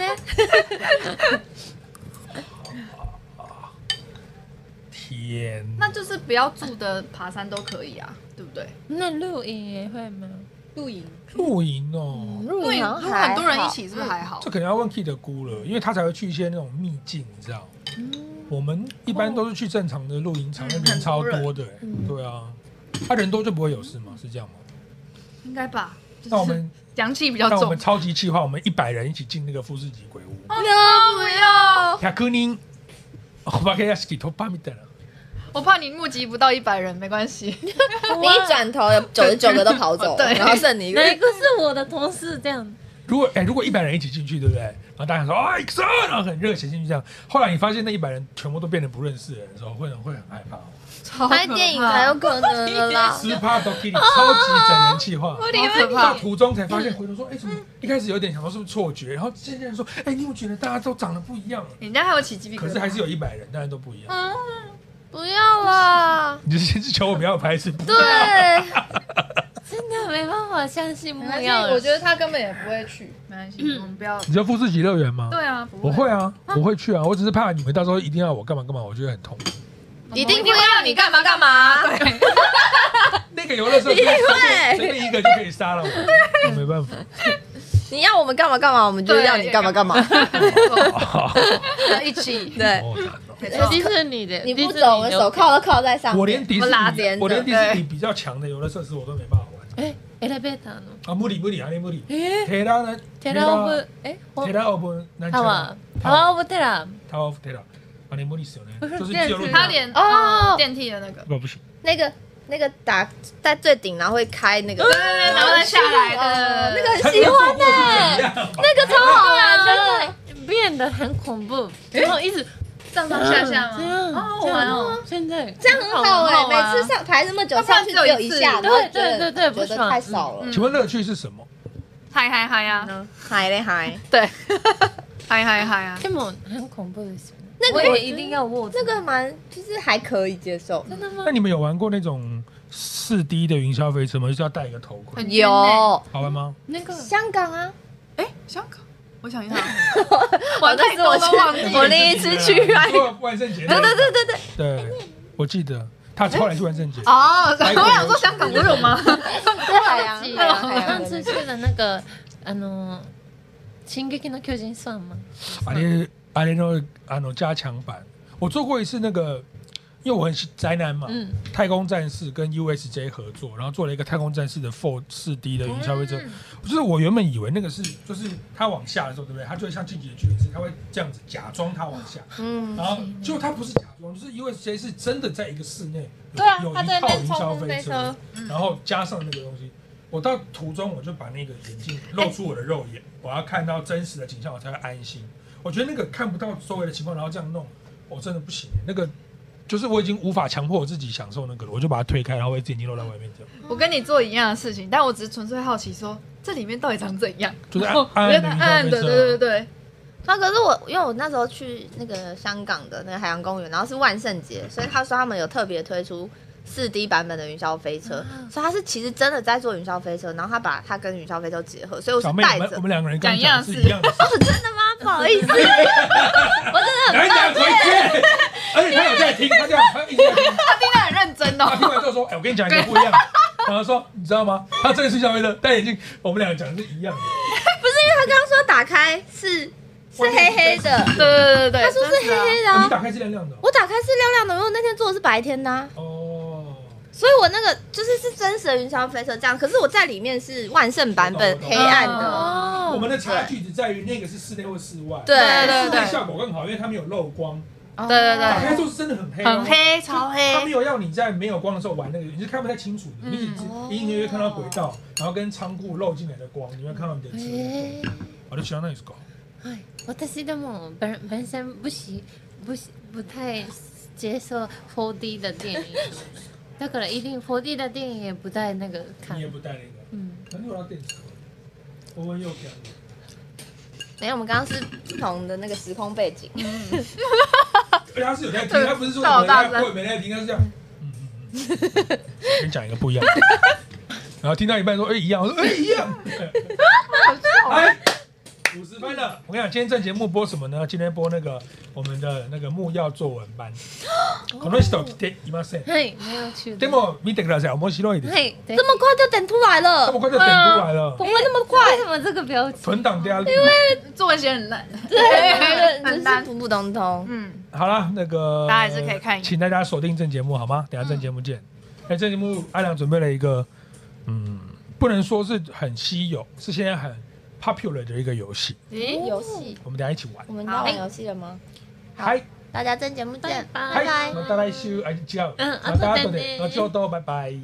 [SPEAKER 1] 天，
[SPEAKER 3] 那就是不要住的爬山都可以啊，对不对？
[SPEAKER 4] 那露营也会吗？
[SPEAKER 6] 露营，
[SPEAKER 1] 露营哦，
[SPEAKER 2] 露
[SPEAKER 3] 露营
[SPEAKER 2] 营
[SPEAKER 3] 如果很多人 一，起，是不是还好
[SPEAKER 1] 这？可能要问 Key 的姑了，因为他才会去一些那种秘境，你知道。我们一般都是去正常的露营场，
[SPEAKER 3] 嗯
[SPEAKER 1] 那边超多的、欸
[SPEAKER 2] 嗯
[SPEAKER 1] 对啊，他、人多就不会有事嘛，是这样吗？
[SPEAKER 3] 应该吧？就是
[SPEAKER 1] 那我们
[SPEAKER 3] 阳气比较
[SPEAKER 1] 那我
[SPEAKER 3] 重哦
[SPEAKER 1] 们，超级计划，我们一百人一起进那个富士急鬼屋。
[SPEAKER 3] 不要，
[SPEAKER 1] 100人お化け屋敷突破みたいな。
[SPEAKER 3] 我怕你募集不到一百人，没关系。
[SPEAKER 2] 啊你一转头有九十九个都跑走了，
[SPEAKER 3] 对
[SPEAKER 2] 然后剩你一个
[SPEAKER 4] 哪。一个是我的同事这样？
[SPEAKER 1] 如果哎、如果一百人一起进去，对不对？然后大家说啊，行くぞ然后很热血进去这样。后来你发现那一百人全部都变成不认识的人的时候，会很会很害怕哦。
[SPEAKER 2] 拍电影才有可能的啦。
[SPEAKER 1] 斯帕多基里超级整人气化，
[SPEAKER 3] 好可
[SPEAKER 1] 到
[SPEAKER 3] 怕！
[SPEAKER 1] 途中才发现，回头说哎、怎么一开始有点想说是不是错觉，然后渐渐地说哎、你有没有觉得大家都长得不一样？
[SPEAKER 3] 人家还有起鸡皮疙瘩，
[SPEAKER 1] 可是还是有一百人，大家都不一样。
[SPEAKER 2] 不要啦，
[SPEAKER 1] 你是先是求我不要拍是不？
[SPEAKER 2] 对，
[SPEAKER 4] 真的没办法相信木
[SPEAKER 3] 没关系
[SPEAKER 4] 曜，
[SPEAKER 3] 我觉得他根本也不会去，没关系，我们不要。
[SPEAKER 1] 你知道富士急乐园吗？
[SPEAKER 3] 对啊，不
[SPEAKER 1] 我会啊，我会去啊，我只是怕你们到时候一定要我干嘛干嘛，我觉得很痛苦。
[SPEAKER 2] 一定会让你干嘛干嘛。
[SPEAKER 1] 那个游乐设施真的一个就可以杀了我，我没办法。
[SPEAKER 2] 你要我们干嘛干嘛，我们就要你干嘛干 嘛。
[SPEAKER 3] 要一起。
[SPEAKER 2] 对，
[SPEAKER 1] 哦
[SPEAKER 3] 没
[SPEAKER 4] 得
[SPEAKER 3] 错
[SPEAKER 4] 迪士尼的，
[SPEAKER 2] 你不
[SPEAKER 4] 迪士尼
[SPEAKER 2] 走，我手
[SPEAKER 4] 的。
[SPEAKER 2] 铐都铐在上面。
[SPEAKER 1] 我连迪士
[SPEAKER 2] 我拉
[SPEAKER 1] 尼，
[SPEAKER 2] 肩
[SPEAKER 1] 我连
[SPEAKER 2] 的。
[SPEAKER 1] 迪士尼比较强的游乐设施我都没办法玩
[SPEAKER 4] 哎，elevator 呢？
[SPEAKER 1] 啊！不理不理啊，你不理。
[SPEAKER 4] 哎
[SPEAKER 1] 铁达呢？
[SPEAKER 4] ，Terra of 哎，
[SPEAKER 1] 铁达 of 南
[SPEAKER 4] 塔瓦塔瓦 of Terra，
[SPEAKER 1] 塔 of 铁达，啊，你不理死呢？就是
[SPEAKER 4] 这样
[SPEAKER 1] 自由路
[SPEAKER 4] 子
[SPEAKER 3] 他连
[SPEAKER 2] 哦
[SPEAKER 3] 哦电梯的那个，
[SPEAKER 1] 不不行，
[SPEAKER 2] 那个那个打在最顶，然后会开那个，
[SPEAKER 3] 然后再下来
[SPEAKER 2] 呃
[SPEAKER 3] 的
[SPEAKER 2] 那个很喜欢呢、那个超好玩的。
[SPEAKER 4] 变得很恐怖，然后一直
[SPEAKER 3] 上上下下吗？
[SPEAKER 4] 这样，
[SPEAKER 3] 好
[SPEAKER 4] 这样
[SPEAKER 3] 玩哦！
[SPEAKER 4] 现在
[SPEAKER 2] 这样很好哎、
[SPEAKER 3] 很好啊
[SPEAKER 2] 每次上排这么久，
[SPEAKER 3] 不然
[SPEAKER 2] 上去
[SPEAKER 3] 只
[SPEAKER 2] 只
[SPEAKER 3] 有
[SPEAKER 2] 有
[SPEAKER 3] 一
[SPEAKER 2] 一
[SPEAKER 3] 次
[SPEAKER 2] 下，
[SPEAKER 4] 对
[SPEAKER 2] 然后觉得
[SPEAKER 4] 对对对不
[SPEAKER 2] 觉
[SPEAKER 4] 爽
[SPEAKER 2] 得太少了。
[SPEAKER 1] 请问乐趣是什么？
[SPEAKER 3] 嗨嗨嗨呀，
[SPEAKER 2] 嗯，嗨嘞嗨，
[SPEAKER 3] 对，嗨嗨嗨啊呀，
[SPEAKER 4] 这么很恐怖的行为，
[SPEAKER 2] 那
[SPEAKER 4] 我
[SPEAKER 2] 个
[SPEAKER 4] 也一定要握着
[SPEAKER 2] 这个蛮就是还可以接受，
[SPEAKER 4] 真的吗
[SPEAKER 1] 那？你们有玩过那种四 D 的云霄飞车吗？就是要戴一个头盔，
[SPEAKER 3] 很晕欸
[SPEAKER 2] 有
[SPEAKER 1] 好玩吗？
[SPEAKER 4] 那个
[SPEAKER 2] 香港啊，
[SPEAKER 3] 哎，香港，我想一下，玩太多
[SPEAKER 2] 我
[SPEAKER 3] 都忘记
[SPEAKER 2] 去，我另一次去啊，
[SPEAKER 1] 你说万圣节那
[SPEAKER 2] 对
[SPEAKER 1] 个。
[SPEAKER 2] 对对对对，
[SPEAKER 1] 对，我记得他后来去万圣节，
[SPEAKER 3] 哦，我想说香港不是有 吗？
[SPEAKER 2] 对海洋海洋海洋的
[SPEAKER 4] 上
[SPEAKER 2] 那
[SPEAKER 4] 次
[SPEAKER 2] 个，
[SPEAKER 4] 去的那个，あの、進撃の巨人算吗？
[SPEAKER 1] 阿联阿联诺阿诺啊加强版，我做过一次那个，因为我很喜宅男嘛，
[SPEAKER 4] 嗯，
[SPEAKER 1] 太空战士跟 USJ 合作，然后做了一个太空战士的 Four 四 D 的云霄飞车，就是我原本以为那个是就是它往下的时候，对不对？它就会像进击的巨人是，它会这样子假装它往下，
[SPEAKER 2] 嗯，
[SPEAKER 1] 然后结果它不是假装，就是 USJ 是真的在一个室内，有
[SPEAKER 6] 对啊
[SPEAKER 1] 有一
[SPEAKER 6] 它在那
[SPEAKER 1] 套
[SPEAKER 6] 边
[SPEAKER 1] 云霄
[SPEAKER 6] 冲
[SPEAKER 1] 飞
[SPEAKER 6] 飞
[SPEAKER 1] 车
[SPEAKER 6] 车，
[SPEAKER 1] 然后加上那个东西。我到途中我就把那个眼镜露出我的肉眼，我要看到真实的景象，我才会安心。我觉得那个看不到周围的情况，然后这样弄，我真的不行。那个就是我已经无法强迫我自己享受那个了，我就把它推开，然后我眼睛露在外面 这样，
[SPEAKER 3] 我跟你做一样的事情，但我只是纯粹好奇说，这里面到底长怎样？
[SPEAKER 1] 就是
[SPEAKER 3] 然
[SPEAKER 1] 暗
[SPEAKER 3] 后
[SPEAKER 6] 哦
[SPEAKER 1] 暗暗
[SPEAKER 3] 我
[SPEAKER 1] 的
[SPEAKER 3] 觉得
[SPEAKER 1] 云
[SPEAKER 3] 暗
[SPEAKER 1] 霄
[SPEAKER 3] 暗
[SPEAKER 1] 飞
[SPEAKER 3] 的，
[SPEAKER 1] 车
[SPEAKER 3] 对对对，
[SPEAKER 2] 啊，可是我因为我那时候去那个香港的那个海洋公园，然后是万圣节，所以他说他们有特别推出四 D 版本的云霄飞车，所以他是其实真的在做云霄飞车，然后他把它跟云霄飞车结合，所以我
[SPEAKER 1] 小
[SPEAKER 2] 是
[SPEAKER 1] 妹，我
[SPEAKER 6] 哎
[SPEAKER 2] 带
[SPEAKER 1] 们
[SPEAKER 2] 着
[SPEAKER 1] 我。们两个人刚讲的是一样的事，
[SPEAKER 2] 哦，真的吗？ 不好意思，
[SPEAKER 1] 来两回 见。而且哎他有在听，他这样，他一直在听，
[SPEAKER 3] 他听得很认真
[SPEAKER 1] 他
[SPEAKER 3] 哦。
[SPEAKER 1] 听完就说：“哎，我跟你讲一个不一样。” 然后说：“你知道吗？他这个是小妹的戴眼镜，我们两个讲的是一样的。”
[SPEAKER 2] 他刚刚说打开是是黑 黑的，啊
[SPEAKER 3] 对对对对，
[SPEAKER 2] 他说是黑黑的、
[SPEAKER 1] 哦你
[SPEAKER 2] 啊。
[SPEAKER 1] 打开是亮亮的哦。
[SPEAKER 2] 我打开是亮亮的，因为我那天做的是白天的、啊，
[SPEAKER 1] 哦，
[SPEAKER 2] 所以我那个就是是真实的云霄飞车这样，可是我在里面是万圣版本
[SPEAKER 1] 我懂
[SPEAKER 2] 黑暗的，
[SPEAKER 4] 哦
[SPEAKER 1] 我们的差距只在于那个是室内或室外。
[SPEAKER 2] 对
[SPEAKER 1] 室
[SPEAKER 3] 对
[SPEAKER 1] 内
[SPEAKER 3] 对
[SPEAKER 1] 效果更好，因为它没有漏光。
[SPEAKER 3] 对对
[SPEAKER 1] 打开
[SPEAKER 3] 对
[SPEAKER 1] 之后是真的很黑，哦
[SPEAKER 3] 对，
[SPEAKER 2] 哦
[SPEAKER 3] 很。黑，超
[SPEAKER 1] 它没
[SPEAKER 3] 黑。
[SPEAKER 1] 有要你在没有光的时候玩那个，你是看不太清楚的，你只
[SPEAKER 2] 嗯
[SPEAKER 1] 隐隐约约看到轨道，然后跟仓库漏进来的光，你会看到你的车。
[SPEAKER 4] えー
[SPEAKER 1] 我就喜欢那个。
[SPEAKER 4] はい、私でもベンベンセン不喜不喜不太接受 4D 的电影，だから一定 4D 的电影也不带那个看
[SPEAKER 1] 你也。不带那个，
[SPEAKER 4] 嗯，
[SPEAKER 1] 可能我要电池。我问又讲，
[SPEAKER 2] 没有，我们刚刚是不同的那个时空背景，
[SPEAKER 1] 嗯而且他是有在听，他不是说
[SPEAKER 3] 到
[SPEAKER 1] 我
[SPEAKER 3] 了大
[SPEAKER 1] 在
[SPEAKER 3] 三
[SPEAKER 1] 我也没在听，他是这样。嗯嗯嗯。跟你讲一个不一样的，
[SPEAKER 3] 啊
[SPEAKER 1] 然后听到一半说哎一样，我说哎一样。哎，五十分了。我跟你讲，今天这节目播什么呢？今天播那个我们的那个木曜作文班。
[SPEAKER 3] 哦
[SPEAKER 1] この人来ていません。
[SPEAKER 4] はい、目を中
[SPEAKER 1] でも見てください、面白いです。
[SPEAKER 4] はい、で
[SPEAKER 2] 这么快就等出来
[SPEAKER 1] 这么
[SPEAKER 2] 了，
[SPEAKER 1] 快就等出来了，
[SPEAKER 3] 哎
[SPEAKER 2] 红了那么快，
[SPEAKER 4] 为什么这个表情？
[SPEAKER 1] 存档掉。
[SPEAKER 3] 作文写很烂，
[SPEAKER 2] 对，
[SPEAKER 3] 很
[SPEAKER 2] 就是
[SPEAKER 3] 烂
[SPEAKER 2] 普普通通。
[SPEAKER 5] 嗯，
[SPEAKER 1] 好了，那个
[SPEAKER 5] 大家还是可以看一下
[SPEAKER 1] 请大家锁定正节目好吗？等下正节目见。哎、正节目阿良准备了一个，嗯，不能说是很稀有，是现在很 popular 的一个游戏，
[SPEAKER 5] 咦，
[SPEAKER 2] 游戏，
[SPEAKER 1] 我们等下一起玩。
[SPEAKER 2] 我们在玩游戏了吗？
[SPEAKER 1] 嗨
[SPEAKER 2] 大家真节目见，
[SPEAKER 4] 拜
[SPEAKER 2] 拜
[SPEAKER 1] 嗨，
[SPEAKER 2] 拜
[SPEAKER 1] 我。们大家修，哎，叫，
[SPEAKER 4] 嗯
[SPEAKER 1] 大家
[SPEAKER 4] あと
[SPEAKER 1] 都
[SPEAKER 4] で
[SPEAKER 1] 得，
[SPEAKER 4] ね
[SPEAKER 1] 那就都拜拜。